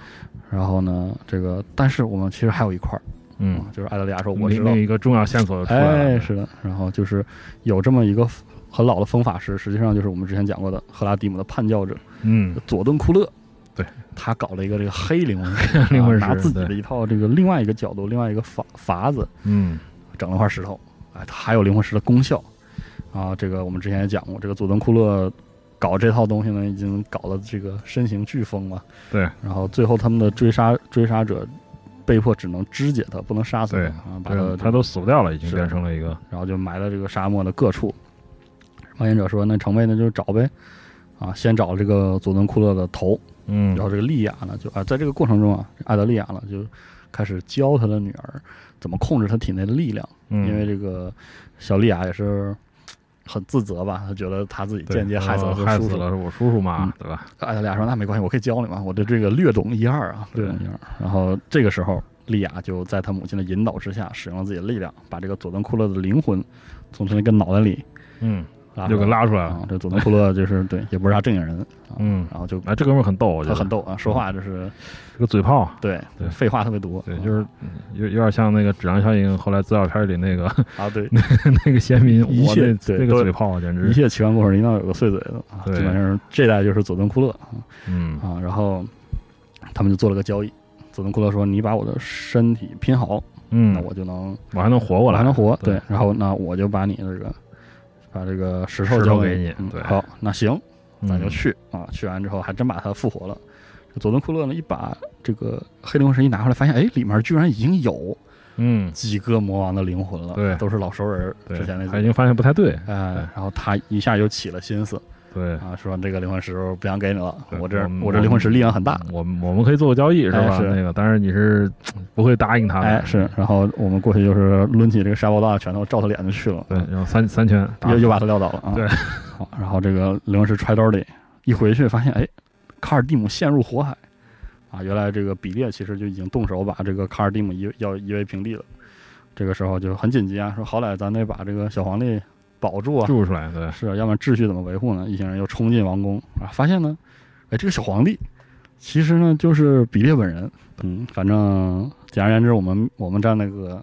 B: 然后呢，这个但是我们其实还有一块儿，
C: 嗯
B: 啊，，就是艾德利亚说我知
C: 另
B: 道
C: 另一个重要线索又出来
B: 哎，
C: 了，
B: 是的，然后就是有这么一个很老的风法师，实际上就是我们之前讲过的赫拉迪姆的叛教者
C: 嗯，
B: 佐顿库勒。
C: 对，，
B: 他搞了一个这个黑灵魂石
C: 灵魂
B: 啊拿
C: 石
B: 自己
C: 对
B: 的一套这个另外一个角度、另外一个法法子，
C: 嗯，
B: 整了块石头。哎，它还有灵魂石的功效啊！这个我们之前也讲过，这个佐顿库勒搞这套东西呢，已经搞得这个身形飓风了。
C: 对，
B: 然后最后他们的追杀追杀者被迫只能肢解他，不能杀死他
C: 对
B: 啊，把他
C: 对，他都死不掉了，已经
B: 是
C: 变成了一个，
B: 然后就埋在这个沙漠的各处。冒险者说：“那成倍呢，就找呗，啊，先找这个佐敦库勒的头，
C: 嗯
B: 然，后这个利亚呢，就啊，在这个过程中啊，艾德利亚呢就开始教他的女儿怎么控制她体内的力量，
C: 嗯
B: 因为这个小利亚也是很自责吧，她觉得她自己
C: 对
B: 间接害死了
C: 呃
B: 她
C: 害
B: 叔
C: 死
B: 叔
C: 了我叔叔嘛
B: 嗯，
C: 对吧？
B: 艾德利亚说：“那没关系，我可以教你嘛，我对这个略懂一二啊，略懂一二。”然后这个时候，莉亚就在她母亲的引导之下，使用了自己的力量，把这个佐登库勒的灵魂从他那个脑袋里
C: 嗯，
B: 拉出
C: 就给
B: 来。
C: 拉出来
B: 啊
C: 了，，
B: 这佐登库勒就是对，也不是啥正经人啊，
C: 嗯，
B: 然后 就
C: 哎，这哥们儿很逗，我觉
B: 他
C: 得
B: 很，逗啊，说话就是
C: 这个嘴炮，
B: 对
C: 对
B: 废话特别多，
C: 对，
B: 啊
C: 就是有有点像那个质量效应，后来资料片里那个
B: 啊，对，
C: 那个贤民，
B: 一
C: 我
B: 切
C: 那
B: 对
C: 那
B: 都
C: 个嘴炮简
B: 一
C: 直，
B: 切奇幻故事一定要有个碎嘴子啊，
C: 对
B: 基本上这代就是佐登库勒啊，
C: 嗯
B: 啊，然后他们就做了个交易，佐登库勒说：“你把我的身体拼好，那
C: 嗯，
B: 我就能
C: 我还能活过
B: 我
C: 来，
B: 还能活，对
C: 对，
B: 然后那我就把你这个把这个石头
C: 石头
B: 交
C: 给
B: 你
C: 你，对
B: 嗯好，那行，咱就
C: 嗯
B: 去啊，去完之后还真把他复活了。这佐敦库勒呢，一把这个黑灵魂神一拿回来，发现哎，里面居然已经有
C: 嗯，
B: 几个魔王的灵魂了，
C: 对
B: 都是老熟人儿，
C: 对
B: 之前那，
C: 他已
B: 几
C: 经
B: 个。
C: 发现不太对，
B: 哎
C: 对，
B: 然后他一下又起了心思
C: 对，
B: 啊，说这个灵魂石我不想给你了，
C: 对
B: 我这
C: 我们
B: 我这灵魂石力量很大，
C: 嗯我们我们可以做个交易是吧？
B: 哎是
C: 那个，但是你是不会答应他的，
B: 哎是，然后我们过去就是抡起这个沙包大的拳头照他脸就去了，
C: 对，然后三三拳打
B: 又又把他撂倒了啊。
C: 对
B: 好，然后这个灵魂石揣兜里，一回去发现，哎，卡尔蒂姆陷入火海啊！原来这个比列其实就已经动手把这个卡尔蒂姆夷要夷为平地了。这个时候就很紧急啊，说好歹咱得把这个小皇帝保住啊，
C: 住出来，对，
B: 是啊，要不然秩序怎么维护呢？一行人又冲进王宫啊，发现呢，哎，这个小皇帝其实呢就是比列本人。嗯，反正简而言之，我们我们站那个，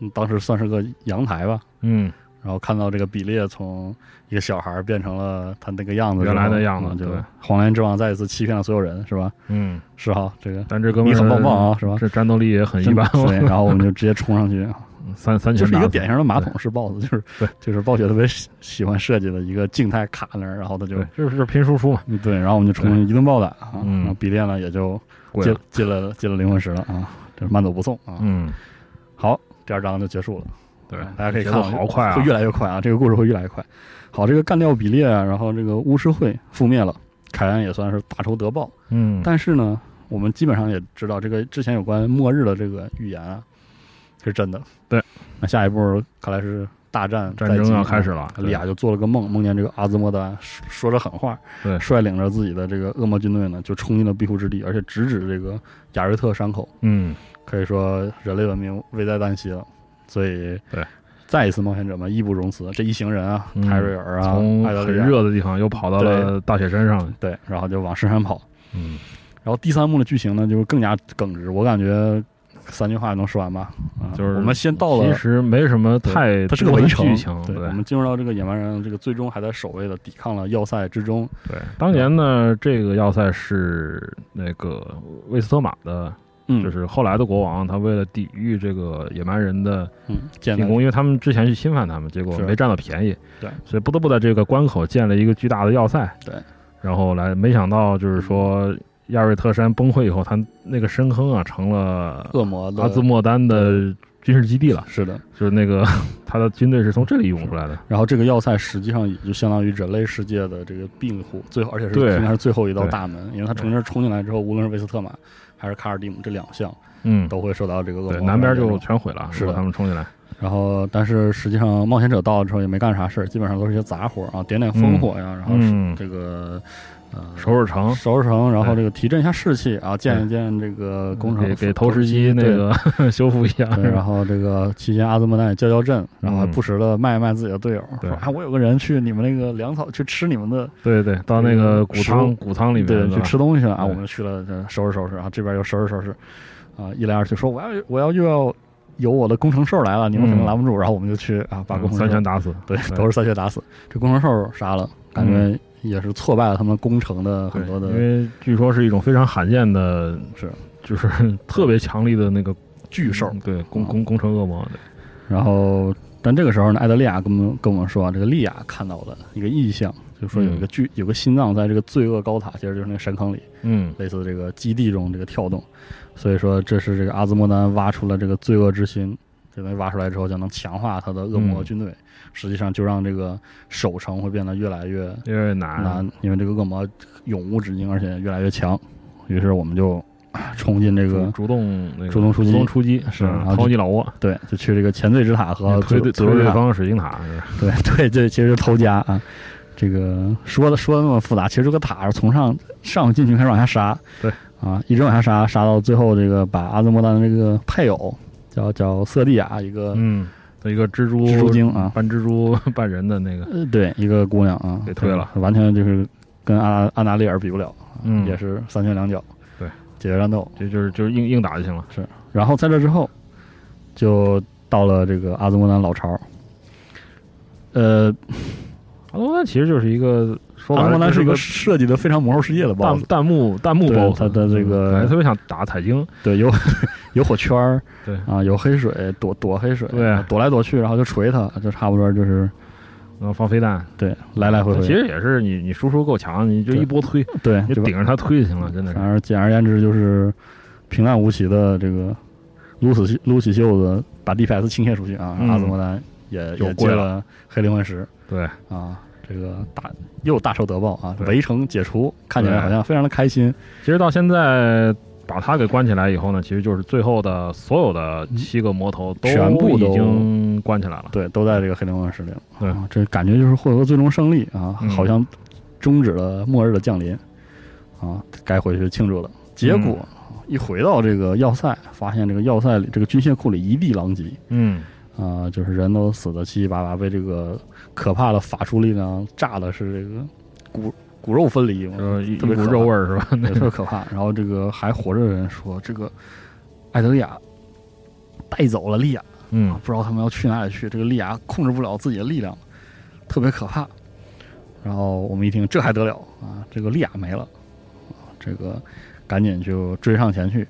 B: 嗯当时算是个阳台吧，
C: 嗯，
B: 然后看到这个比列从一个小孩儿变成了他那个样子之后，
C: 原来的样子
B: 嗯就
C: 对
B: 谎言之王再一次欺骗了所有人，是吧？
C: 嗯，
B: 是哈，这个
C: 但这哥们
B: 你
C: 儿
B: 很棒棒啊是吧
C: 这战斗力也很一般，
B: 对。然后我们就直接冲上去，啊
C: 三三
B: 就
C: 拳
B: 是
C: 打
B: 一
C: 死
B: 个典型的马桶式 BOSS，就是
C: 对
B: 就是暴雪特别喜喜欢设计的一个静态卡那儿，然后他就
C: 对，就是就是拼输出嘛，
B: 嗯对，然后我们就冲上去一顿暴打啊，
C: 嗯
B: 然后比列呢也就
C: 贵
B: 进
C: 了，
B: 进了进了灵魂石了啊，这是慢走不送啊。
C: 嗯，
B: 好，第二章就结束了。
C: 对，
B: 大家可以
C: 节
B: 看
C: 奏
B: 到，
C: 好快啊
B: 会，越来越快啊！这个故事会越来越快。好，这个干掉比列啊，然后这个巫师会覆灭了，凯恩也算是大仇得报。
C: 嗯，
B: 但是呢，我们基本上也知道，这个之前有关末日的这个预言啊，是真的。
C: 对，
B: 那下一步看来是大战
C: 战争
B: 在即
C: 要开始。了，
B: 利亚就做了个梦，梦见这个阿兹莫丹说说着狠话，
C: 对
B: 率领着自己的这个恶魔军队呢，就冲进了庇护之地，而且直指这个雅瑞特山口。
C: 嗯，
B: 可以说人类文明危在旦夕了。所以
C: 对，
B: 再一次冒险者们义不容辞，这一行人啊，
C: 嗯
B: 泰瑞尔啊，
C: 从
B: 艾德
C: 很
B: 利亚，
C: 热的地方又跑到了大雪山上去。
B: 对，然后就往深山跑。
C: 嗯，
B: 然后第三幕的剧情呢，就是更加耿直，我感觉三句话能说完吧？啊，
C: 就是
B: 我们先到了
C: 其，实没什么太
B: 它是个
C: 多的
B: 围城
C: 剧情，，
B: 对，
C: 对
B: 我们进入到这个野蛮人这个最终还在守卫的抵抗了要塞之中，
C: 对。当年呢，这个要塞是那个魏斯特玛的，
B: 嗯，
C: 就是后来的国王，他为了抵御这个野蛮人的
B: 嗯，建
C: 进
B: 立
C: 攻，因为他们之前去侵犯他们，结果
B: 是
C: 没占到便宜，
B: 对，
C: 所以不得不在这个关口建了一个巨大的要塞，
B: 对，
C: 然后来没想到就是说亚瑞特山崩溃以后，他那个深坑啊成了
B: 恶魔的
C: 阿兹莫丹的军事基地了，
B: 是的，
C: 就是那个他的军队是从这里涌出来的，
B: 然后这个要塞实际上也就相当于人类世界的这个庇护，最后而且是
C: 对
B: 应该是最后一道
C: 对
B: 大门，因为它从这儿冲进来之后，无论是维斯特玛还是卡尔蒂姆这两项
C: 嗯，
B: 都会受到这个恶
C: 对，
B: 魔
C: 南边
B: 的
C: 就
B: 严重
C: 全毁了，
B: 是的
C: 如果他们冲进来，
B: 然后但是实际上冒险者到了之后也没干啥事儿，基本上都是一些杂活儿啊，点点烽火呀，然后是
C: 嗯
B: 这个呃
C: 首尔城。
B: 收拾成，然后
C: 对
B: 这个提振一下士气啊，建一建这个工程，
C: 给给投石机那
B: 对
C: 个 修复一下，
B: 对，然后这个期间阿兹莫丹也教教阵，然后还
C: 嗯
B: 不时的卖一卖自己的队友，
C: 对
B: 说啊，我有个人去你们那个粮草去吃你们的，
C: 对对，到那
B: 这
C: 个
B: 个
C: 谷
B: 食
C: 仓
B: 物
C: 谷仓里面
B: 对，
C: 是
B: 去
C: 吧嗯
B: 吃东西了啊，
C: 对
B: 我们去了这收拾收拾，然后这边又收拾收拾，啊，一来二去说我要我要又要有我的工程兽来了，你们肯定
C: 嗯
B: 拦不住，然后我们就去啊把工
C: 嗯
B: 程
C: 三
B: 兽
C: 拳打死，
B: 对
C: 对
B: 都是三拳打死，这工程兽杀了，感觉
C: 嗯
B: 也是挫败了他们工程的
C: 对
B: 很多的
C: 因为据说是一种非常罕见的，
B: 是
C: 就是特别强力的那 个嗯
B: 巨兽，
C: 对，工
B: 啊
C: 工工程恶魔，
B: 然后，但这个时候呢，艾德利亚跟我们跟我们说啊，这个利亚看到的一个异象，就是说有一个巨、有个心脏在这个罪恶高塔，其实就是那个神坑里，
C: 嗯，
B: 类似这个基地中这个跳动。所以说，这是这个阿兹莫丹挖出了这个罪恶之心，这东西挖出来之后，就能强化他的恶魔
C: 嗯
B: 军队。实际上，就让这个守城会变得越来越
C: 有点难，
B: 难，因为这个恶魔永无止境，而且越来越强。于是我们就啊冲进这
C: 主
B: 个
C: 主动那个
B: 主动出击
C: 主动出击
B: 是
C: 嗯
B: 然后
C: 掏你老窝，
B: 对，就去这个前罪之塔和
C: 嗯
B: 左
C: 推对推
B: 左右之
C: 对
B: 塔。
C: 方水晶塔，是
B: 对 对对，其实就偷家啊。这个说的说的那么复杂，其实这个塔是从上上面进去开始往下杀，
C: 对
B: 啊，一直往下杀，杀到最后这个把阿兹莫丹的这个配偶叫叫瑟蒂亚一个
C: 嗯，一个蜘蛛
B: 呃蜘蛛精啊，
C: 半蜘蛛 半人的那个，
B: 呃对一个姑娘啊
C: 嗯给推了，
B: 完全就是跟阿阿纳利尔比不了，啊
C: 嗯
B: 也是三拳两脚，
C: 对，
B: 解决战斗。
C: 这就是就是硬硬打就行了，
B: 然后在这之后，就到了这个阿兹莫丹老巢，呃，
C: 阿罗丹其实就是一个说
B: 阿
C: 白
B: 兹莫
C: 了
B: 丹
C: 就是
B: 一
C: 一
B: 个
C: 个
B: 设计的非常魔兽世界的 BOSS，
C: 弹弹幕弹幕
B: 对
C: BOSS，
B: 它的这个
C: 嗯感觉特别想打彩晶，
B: 对，有 有火圈儿，
C: 对
B: 啊，有黑水，躲躲黑水，
C: 对啊
B: 躲来躲去，然后就锤他，就差不多就是
C: 然后放飞弹，
B: 对，来来回
C: 其
B: 回，
C: 实也是你你输出够强，你就
B: 对
C: 一波 推，
B: 对，
C: 你
B: 对吧
C: 顶？着他推就行了，真的是
B: 反。而简而言之就是平淡无奇的这个撸起撸起袖子把 DPS 倾泻出去啊，
C: 嗯
B: 阿兹莫丹也
C: 又
B: 也
C: 跪
B: 接
C: 了
B: 了黑灵魂石
C: 对，
B: 啊。这个大又大仇得报啊！
C: 对
B: 围城解除，看起来
C: 对
B: 好像非常的开心。
C: 其实到现在把他给关起来以后呢，其实就是最后的所有的七个魔头都
B: 嗯全部都
C: 已经关起来了。
B: 对，都在这个黑灵魂石里了。
C: 对
B: 啊，这感觉就是获得最终胜利啊，
C: 嗯
B: 好像终止了末日的降临啊，该回去庆祝了。结果、
C: 嗯
B: 一回到这个要塞，发现这个要塞里这个军械库里一地狼藉
C: 嗯，
B: 啊，就是人都死的七七八八，被这个可怕的法术力量炸的是这个骨骨肉分离嘛，
C: 就是呃一一
B: 特别
C: 股
B: 可怕
C: 肉味儿是吧？
B: 也特别可怕。然后这个还活着的人说，这个艾德利亚带走了利亚。
C: 嗯，
B: 啊不知道他们要去哪里去，这个利牙控制不了自己的力量，特别可怕。然后我们一听，这还得了啊！这个利亚没了，啊这个赶紧就追上前去，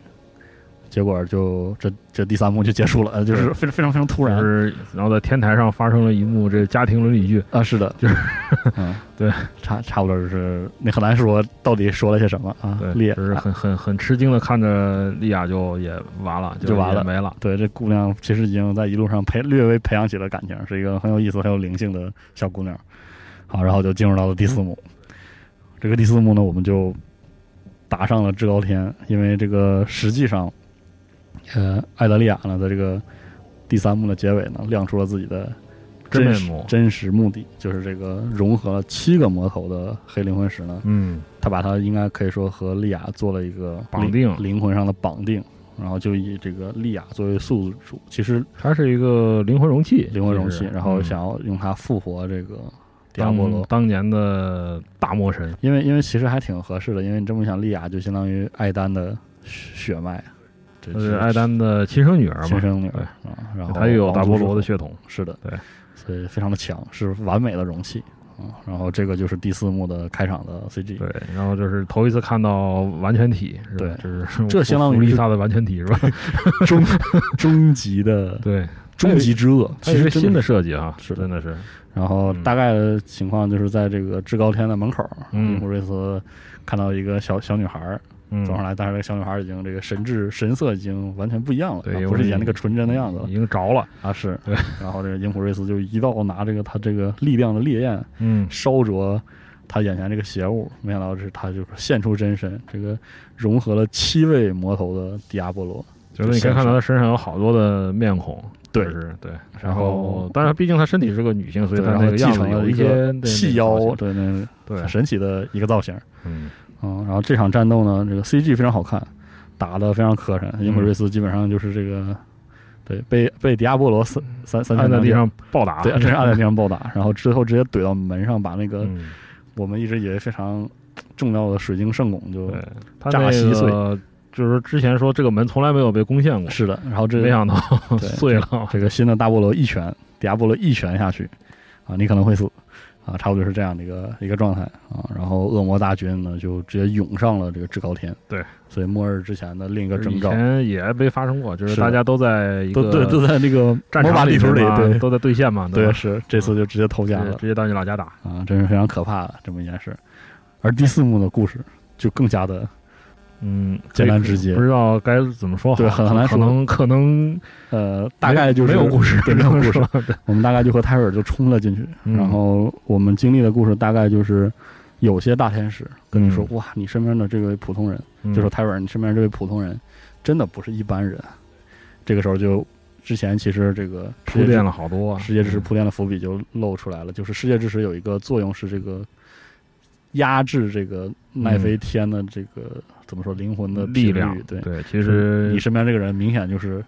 B: 结果就这这第三幕就结束了，呃就是非常非常非常突
C: 就
B: 然
C: 是然后在天台上发生了一幕这家庭伦理剧。
B: 啊！是的，就是 嗯，
C: 对，
B: 差差不多就是你很难说到底说了些什么啊，利
C: 对，
B: 亚
C: 就是很很很吃惊的看着莉亚就也完了，
B: 就完
C: 也
B: 了
C: 没了。
B: 对，这姑娘其实已经在一路上培略微培养起了感情，是一个很有意思、很有灵性的小姑娘。好，然后就进入到了第四幕。这个第四幕呢，我们就打上了制高天，因为这个实际上，呃，艾德利亚呢，在这个第三幕的结尾呢，亮出了自己的真
C: 真面
B: 实
C: 目
B: 真实目的，就是这个融合了七个魔头的黑灵魂石呢，
C: 嗯，
B: 他把它应该可以说和莉亚做了一个
C: 绑定
B: 灵灵魂上的绑定然后就以这个莉亚作为宿主，其实
C: 它是一个灵魂容器，
B: 灵魂容
C: 其
B: 器，
C: 实
B: 然后
C: 嗯
B: 想要用它复活这个迪亚
C: 当
B: 波罗。
C: 当年的大魔神，
B: 因为因为其实还挺合适的，因为你这么想，莉亚就相当于艾丹的血血脉，这
C: 就是艾呃丹的亲生女儿
B: 亲
C: 嘛，
B: 生女
C: 对
B: 儿啊，然后
C: 她也有大
B: 王族
C: 菠
B: 之
C: 萝的
B: 后
C: 血统。
B: 是的，
C: 对，
B: 所以非常的强，是完美的容器啊。然后这个就是第四幕的开场的 CG，
C: 对，然后就是头一次看到完全体，是吧
B: 对
C: 就是
B: 这相当于
C: 弗利
B: 是
C: 萨的完全体是 吧？
B: 终终极 的
C: 对，
B: 终极之恶，其
C: 它有一
B: 实
C: 个
B: 真
C: 新
B: 的
C: 的
B: 是。
C: 设计啊，
B: 是的
C: 真的是，
B: 然后
C: 嗯
B: 大概的情况就是在这个制高天的门口，
C: 嗯
B: 利普瑞斯看到一个小小女孩儿
C: 嗯
B: 走，上来，但是这个小女孩儿已经这个神智神色已经完全不一样了，
C: 对
B: 啊
C: 有
B: 不是以
C: 点
B: 前那个纯真的样子了
C: 已经着了，
B: 啊是
C: 对。
B: 然后这个英普瑞斯就一道拿这个他这个力量的烈焰
C: 嗯，
B: 烧灼他眼前这个邪物，没想到是他就是现出真身，这个融合了七位魔头的迪亚波罗，
C: 就是你可以看到她身上有好多的面孔，
B: 对
C: 就是对，
B: 然
C: 然
B: 后
C: 后当然，毕竟她身体是个女性，所以
B: 对
C: 她
B: 然
C: 那
B: 后
C: 个
B: 继
C: 样子
B: 承了
C: 有
B: 一
C: 些
B: 个
C: 对
B: 细腰，，对那
C: 对
B: 很，神奇的一个造型。
C: 嗯，
B: 嗯，然后这场战斗呢，这个 CG 非常好看，打得非常磕碜。
C: 嗯
B: 英普瑞斯基本上就是这个，对，被被迪亚波罗三三三
C: 嗯按
B: 拳
C: 在
B: 两
C: 地
B: 脚，
C: 上暴打，
B: 对，真是按在地上暴打，然后之后直接怼到门上，把那个
C: 嗯，
B: 我们一直以为非常重要的水晶圣拱就
C: 对，她
B: 炸稀碎
C: 那个就是之前说这个门从来没有被攻陷过，
B: 是的，然后这
C: 没想到
B: 对
C: 碎了，
B: 这个新的大菠萝一拳，迪亚波罗一拳下去，啊，你可能会死，啊，差不多是这样的一个一个状态啊。然后恶魔大军呢就直接涌上了这个至高天，
C: 对，
B: 所以末日之前的另一个
C: 就是
B: 征
C: 以
B: 兆，
C: 前也没发生过，就是
B: 是
C: 大
B: 的
C: 家都在一
B: 都对
C: 个
B: 都在那个
C: 战
B: 魔法
C: 场
B: 地图里
C: 面，嘛
B: 对
C: 都在对嗯线嘛，
B: 对
C: 吧？
B: 是，这次就直接偷家
C: 直接
B: 了
C: 直接到你老家打，
B: 啊，真是非常可怕的这么一件事。而第四幕的故事就更加的
C: 嗯，
B: 简单
C: 可以
B: 直接
C: 不知道该怎么说好，
B: 对很难
C: 可
B: 说
C: 能可能
B: 呃，大概就是
C: 没有故事，
B: 对，没有故
C: 只
B: 事
C: 能，说，对
B: 我们大概就和泰瑞尔就冲了进去，
C: 嗯
B: 然后我们经历的故事大概就是有些大天使跟你说：“
C: 嗯
B: 哇，你身边的这位普通人，
C: 嗯
B: 就说泰瑞尔，你身边这位普通人真的不是一般人。”这个时候就之前其实这个世
C: 铺
B: 界之
C: 垫了好多啊，
B: 世界之石
C: 嗯
B: 铺垫的伏笔就露出来了，就是世界之石有一个作用是这个压制这个奈飞天的这个怎么说灵魂的
C: 嗯力
B: 频率
C: 量，
B: 对，
C: 对，其
B: 就是
C: 实
B: 你身边这个人明显就是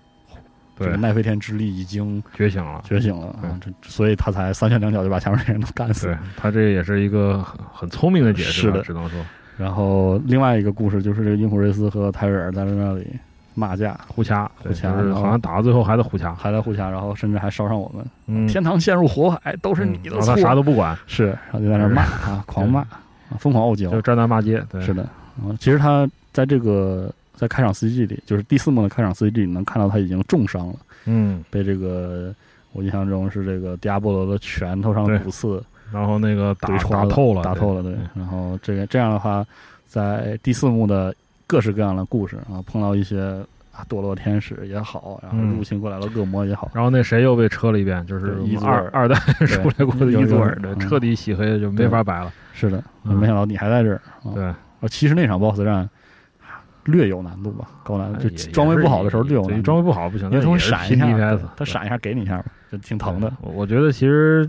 B: 这
C: 对
B: 个奈飞天之力已经。
C: 觉醒了，
B: 觉醒了啊
C: 嗯！
B: 这所以他才三拳两脚就把前面那人都干死。
C: 对他这也是一个很很聪明的解释
B: 是
C: 吧，
B: 的
C: 只能说
B: 然后另外一个故事就是这个英普瑞斯和泰瑞尔在那里骂架，
C: 互掐，对
B: 互掐
C: 就是
B: 然后
C: 好像打到最后还得互掐，
B: 还在互掐，然后甚至还烧上我们。
C: 嗯，
B: 天堂陷入火海，都是你
C: 嗯
B: 的
C: 然后
B: 错。
C: 他啥都不管，
B: 是，然后就在那骂啊，狂骂，啊疯狂傲娇。
C: 就站在骂街，对，
B: 是的，啊，其实他在这个在开场 CG 里，就是第四幕的开场 CG 里，能看到他已经重伤了，
C: 嗯，
B: 被这个我印象中是这个迪亚波罗的拳头上的
C: 对
B: 骨刺
C: 然后那个打
B: 怼穿
C: 打透了，
B: 打
C: 对
B: 透了，对。然后这个这样的话，在第四幕的各式各样的故事啊，碰到一些啊堕落天使也好，然后
C: 嗯
B: 入侵过来的恶魔也好，
C: 然后那谁又被车了一遍，就是
B: 对
C: 我
B: 伊
C: 们
B: 佐
C: 二
B: 尔
C: 二代出来过的
B: 有
C: 伊佐尔
B: 有
C: 的，
B: 嗯
C: 彻底洗黑就没法白了。
B: 是的，
C: 嗯
B: 没想到你还在这儿啊。
C: 对，哎
B: 啊其实那场 BOSS 战啊略有难度吧，高难度，
C: 哎也
B: 就装备不好的时候略有
C: 对
B: 难
C: 装
B: 度，
C: 备不好不行，
B: 因为他会
C: 那也是
B: 闪一
C: 拼
B: 下
C: DPS，，
B: 他闪一下给你一下吧，就挺疼的
C: 对。。我我觉得其实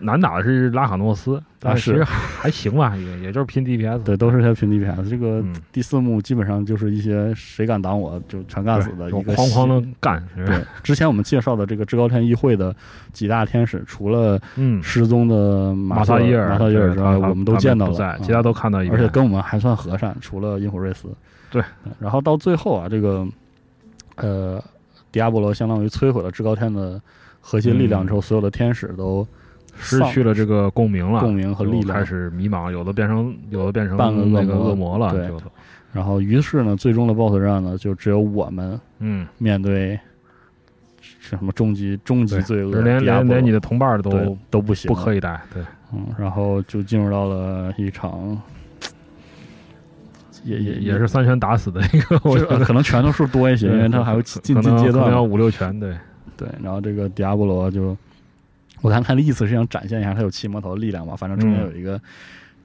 C: 难打的是拉卡诺斯，但
B: 啊
C: 其
B: 是
C: 实还还行吧，也也就是拼 DPS。
B: 对，都是些平 DPS。这个
C: 嗯，
B: 第四幕基本上就是一些谁敢挡我就全干死的
C: 对
B: 一个
C: 哐哐
B: 系
C: 的干。是吧
B: 对，之前我们介绍的这个至高天议会的几大天使，除了
C: 嗯，
B: 失踪的马
C: 萨伊
B: 马
C: 尔、
B: 萨伊尔之外，
C: 对他
B: 我们都
C: 他
B: 见到
C: 不
B: 了，
C: 在
B: 啊
C: 其他都看到一遍，
B: 而且跟我们还算和善，除了因普瑞斯。嗯
C: 对，
B: 然后到最后啊，这个呃，迪亚波罗相当于摧毁了至高天的核心力量之后，所有的天使都
C: 嗯失去了这个共鸣了，
B: 共鸣和力
C: 就
B: 量
C: 开。始迷茫，有的变成有的变成
B: 半个恶魔
C: 那个恶魔了，
B: 对
C: 就
B: 然后，于是呢，最终的 BOSS 战呢，就只有我们
C: 嗯。
B: 面对什么终极终极
C: 对
B: 罪恶
C: 就是，连
B: 迪亚
C: 连
B: 波罗
C: 连你的同伴儿都
B: 对都不行，
C: 不可以带，对，
B: 嗯，然后就进入到了一场，也也
C: 也也是三拳打死的一个，我
B: 就
C: 觉
B: 是
C: 得
B: 可能拳头数多一些，
C: 对
B: 因为他还会 进进
C: 可
B: 进
C: 能
B: 阶
C: 可能
B: 段嘛。
C: 要五六拳，对，
B: 对，然后这个迪亚波罗就，我看他的意思是想展现一下他有七魔头的力量嘛，反正中间
C: 嗯
B: 有一个、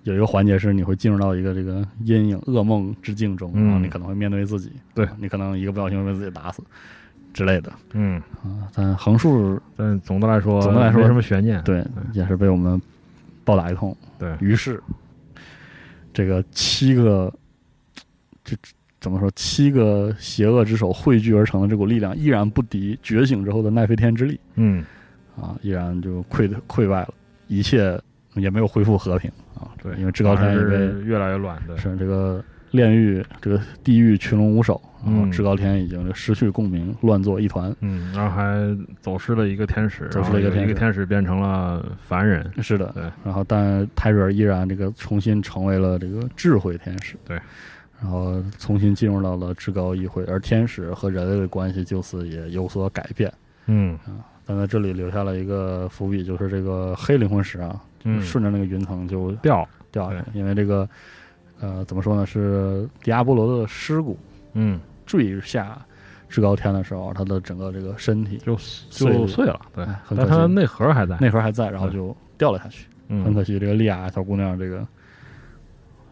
B: 有一个环节是你会进入到一个这个阴影噩梦之境中，
C: 嗯
B: 然后你可能会面对自己，
C: 对
B: 你可能一个不小心会被自己打死之类的
C: 嗯，
B: 啊。但横竖
C: 但总的来说，
B: 总的来说
C: 没什么悬念，
B: 对也是被我们暴打一通，
C: 对
B: 于是这个七个这怎么说，七个邪恶之手汇聚而成的这股力量，依然不敌觉醒之后的奈飞天之力
C: 嗯，
B: 啊，依然就溃溃败了，一切也没有恢复和平啊。
C: 对，
B: 因为制高
C: 反
B: 天
C: 而
B: 也被
C: 是越来越乱，对，
B: 是这个炼狱，这个地狱群龙无首，然后
C: 嗯
B: 至高天已经失去共鸣，乱作一团。
C: 嗯，然后还走失了一个天使，
B: 走
C: 然
B: 失
C: 后
B: 了一个
C: 有
B: 天
C: 一个
B: 使
C: 天使变成了凡人，
B: 是的，
C: 对。
B: 然后，但泰瑞尔依然这个重新成为了这个智慧天使，
C: 对。
B: 然后重新进入到了至高议会，而天使和人类的关系就此也有所改变。
C: 嗯
B: 但在这里留下了一个伏笔，就是这个黑灵魂石啊，
C: 嗯，
B: 顺着那个云层就
C: 掉，
B: 掉下来，因为这个呃怎么说呢，是迪亚波罗的尸骨
C: 嗯，
B: 坠下至高天的时候，他的整个这个身体
C: 就
B: 碎
C: 就
B: 了
C: 碎了，对
B: 哎，很
C: 但
B: 可惜
C: 它内核还在，
B: 内核还在，然后就掉了下去。
C: 嗯
B: 很可惜，这个莉亚小姑娘这个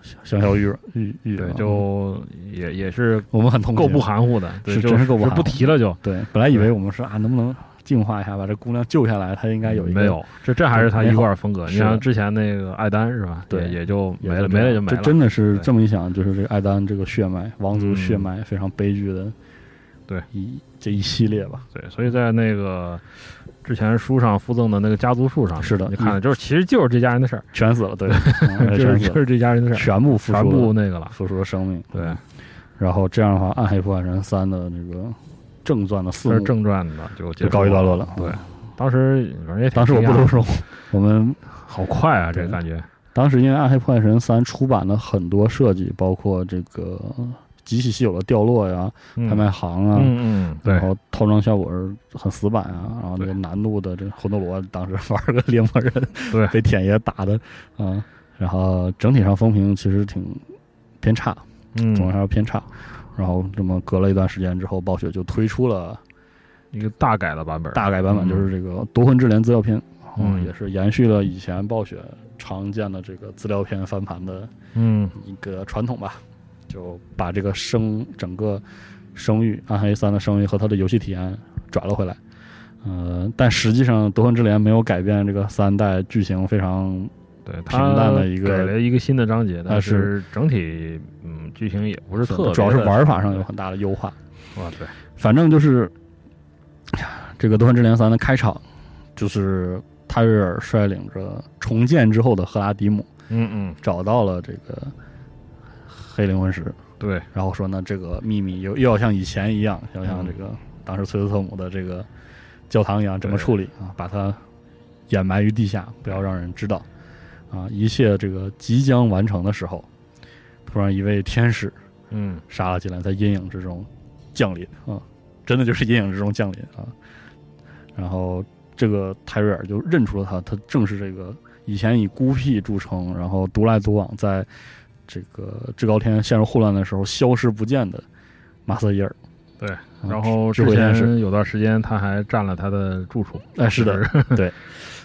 B: 小小小玉玉玉
C: 对
B: 啊，
C: 就也也是
B: 我们很痛心
C: 够不含糊的，
B: 嗯
C: 对
B: 是
C: 就
B: 真是够不含糊
C: 不提了就。
B: 对，本来以为我们是啊，能不能净化一下，把这姑娘救下来？她应该有一个
C: 没有，这这还是他一贯风格。
B: 美好
C: 你
B: 是
C: 像
B: 的
C: 之前那个艾丹是吧？
B: 对
C: 也也就
B: 也
C: 没了，
B: 这
C: 没
B: 样
C: 了就没
B: 这
C: 了。
B: 真的是
C: 对
B: 这么一想，就是这个艾丹这个血脉，王族
C: 嗯
B: 血脉非常悲剧的，
C: 对
B: 一这一系列吧，
C: 对，所以在那个之前书上附赠的那个家族树上，
B: 是的
C: 你看，就是其实就是这家人的事儿，
B: 全死了， 对，嗯
C: 就
B: 全死
C: 是就
B: 了，
C: 是这家人的事儿，
B: 全部付
C: 全部
B: 出了嗯
C: 那个了。
B: 付出了生命，
C: 对，
B: 然后这样的话，《暗黑破坏神三》的这个正传的四
C: 这是
B: 幕
C: 正传的，就结
B: 就
C: 束
B: 告一段落了。嗯
C: 对，当时反正也挺
B: 当时我
C: 惊
B: 不
C: 讶
B: 多说，我们
C: 好快啊，这
B: 对
C: 感觉。
B: 当时因为《暗黑破坏神三》出版的很多设计，包括这个极其稀有的掉落呀、
C: 嗯
B: 拍卖行啊，
C: 嗯嗯，对
B: 然，后套装效果是很死板啊，然后那个
C: 对
B: 难度的这个魂斗罗当时玩个猎魔人，
C: 对
B: 被舔爷打的，嗯，然后整体上风评其实挺偏差，
C: 嗯，
B: 总的来说偏差。然后这么隔了一段时间之后，暴雪就推出了
C: 一个大改的版本，
B: 大改版本，
C: 嗯
B: 就是这个《夺魂之镰》资料片，哦
C: 嗯
B: 也是延续了以前暴雪常见的这个资料片翻盘的
C: 嗯
B: 一个传统吧，就把这个声整个声誉《暗黑三》的声誉和它的游戏体验转了回来。呃，但实际上《夺魂之镰》没有改变这个三代剧情非常
C: 对，
B: 平
C: 它
B: 淡的一个
C: 给了一个新的章节，但
B: 但是
C: 是整体嗯剧情也不是特别，
B: 主要是玩法上有很大的优化。
C: 哇，对，
B: 反正就是这个《夺魂之镰三》的开场，就是泰瑞尔率领着重建之后的赫拉迪姆
C: 嗯嗯，
B: 找到了这个黑灵魂石，
C: 对，
B: 然后说呢，这个秘密又又要像以前一样，要像这个当时崔斯特姆的这个教堂一样，怎么处理啊？把它掩埋于地下，不要让人知道啊！一切这个即将完成的时候，突然一位天使
C: 嗯
B: 杀了进来，在阴影之中降临啊！真的就是阴影之中降临啊！然后这个泰瑞尔就认出了他，他正是这个以前以孤僻著称，然后独来独往，在这个至高天陷入混乱的时候消失不见的马瑟伊尔。
C: 对
B: 啊，
C: 然后
B: 智
C: 之
B: 慧天使，
C: 前有段时间他还占了他的住处，
B: 哎，是的， 对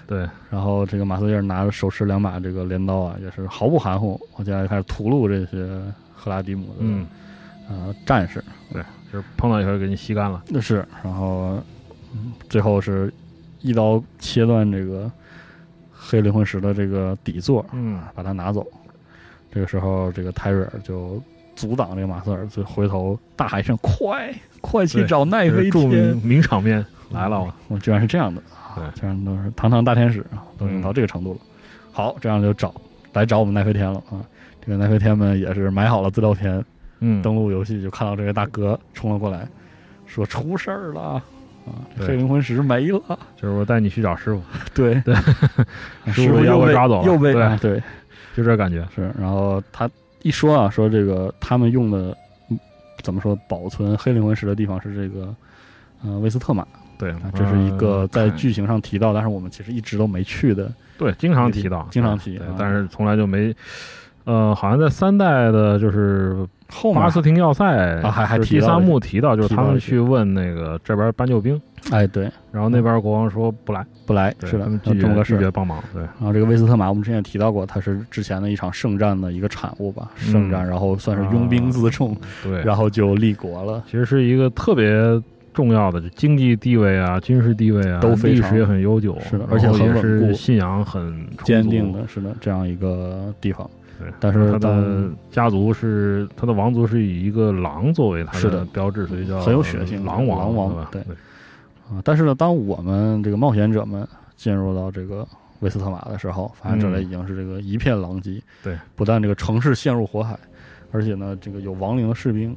C: 对，
B: 然后这个马瑟伊尔拿着手持两把这个镰刀啊，也是毫不含糊，我现在开始屠戮这些赫拉迪姆的、
C: 嗯，
B: 呃战士。
C: 就是碰到以后给你吸干了，
B: 那是，然后、嗯最后是一刀切断这个黑灵魂石的这个底座，
C: 嗯
B: 把它拿走。这个时候，这个泰瑞尔就阻挡这个马瑟尔，就回头大喊一声：“快，快去
C: 对
B: 找奈
C: 就是
B: 飞
C: 著
B: 天
C: 名名场面来了，！”啊
B: 我居然是这样的，
C: 对
B: 啊，居然都是堂堂大天使啊，都已经
C: 嗯
B: 到这个程度了。好，这样就找来找我们奈飞天了啊！这个奈飞天们也是买好了资料片，
C: 嗯，
B: 登录游戏就看到这位大哥冲了过来，说出事儿了啊，
C: 对
B: 黑灵魂石没 了，
C: 就是我带你去找师傅，
B: 对 对，啊师
C: 师
B: 傅又
C: 傅又
B: 被
C: 被抓走了
B: 又被
C: 对
B: 啊对
C: 就这感觉，
B: 是，然后他一说啊，说这个他们用的嗯怎么说保存黑灵魂石的地方是这个。呃，威斯特玛
C: 对
B: 啊，，这是一个
C: 嗯
B: 在
C: 看
B: 剧情上提到，但是我们其实一直都没去的。
C: 对，经常
B: 也
C: 提到，嗯
B: 经常提
C: 对
B: 啊
C: 但是从来就没，呃，好像在三代的，就是
B: 后面
C: 巴斯廷要塞
B: 啊还还
C: 就是
B: 提
C: 第
B: 到了
C: 三
B: 这
C: 幕提到，就是
B: 提
C: 他
B: 到
C: 们
B: 了这
C: 去问那个这边搬救兵，
B: 哎，对，
C: 然后那边国王说不来，
B: 不来
C: 对
B: 是的
C: 他们，
B: 有
C: 拒
B: 这么
C: 绝
B: 个事
C: 拒
B: 儿
C: 绝。帮忙，对，
B: 然后啊这个威斯特玛，我们之前也提到过，它是之前的一场圣战的一个产物吧，圣战，
C: 嗯
B: 然后算是拥兵
C: 啊
B: 自重，
C: 对，
B: 然后就立国了。
C: 其实是一个特别重要的，就经济地位啊、军事地位啊，
B: 都非
C: 历
B: 常
C: 史也很悠久，
B: 是的
C: 然
B: 而且
C: 后
B: 很
C: 也
B: 稳固
C: 是信仰很充足
B: 坚定，的，是的，这样一个地方。
C: 对，
B: 但是
C: 他的
B: 当
C: 家族是他的王族是以一个狼作为他
B: 是的
C: 标志，所以叫
B: 很有血性
C: 狼王，
B: 狼王
C: 对吧？
B: 对啊，但是呢，当我们这个冒险者们进入到这个维斯特玛的时候，发现这里已经是这个一片狼藉。
C: 嗯对，
B: 不但这个城市陷入火海，而且呢，这个有亡灵士兵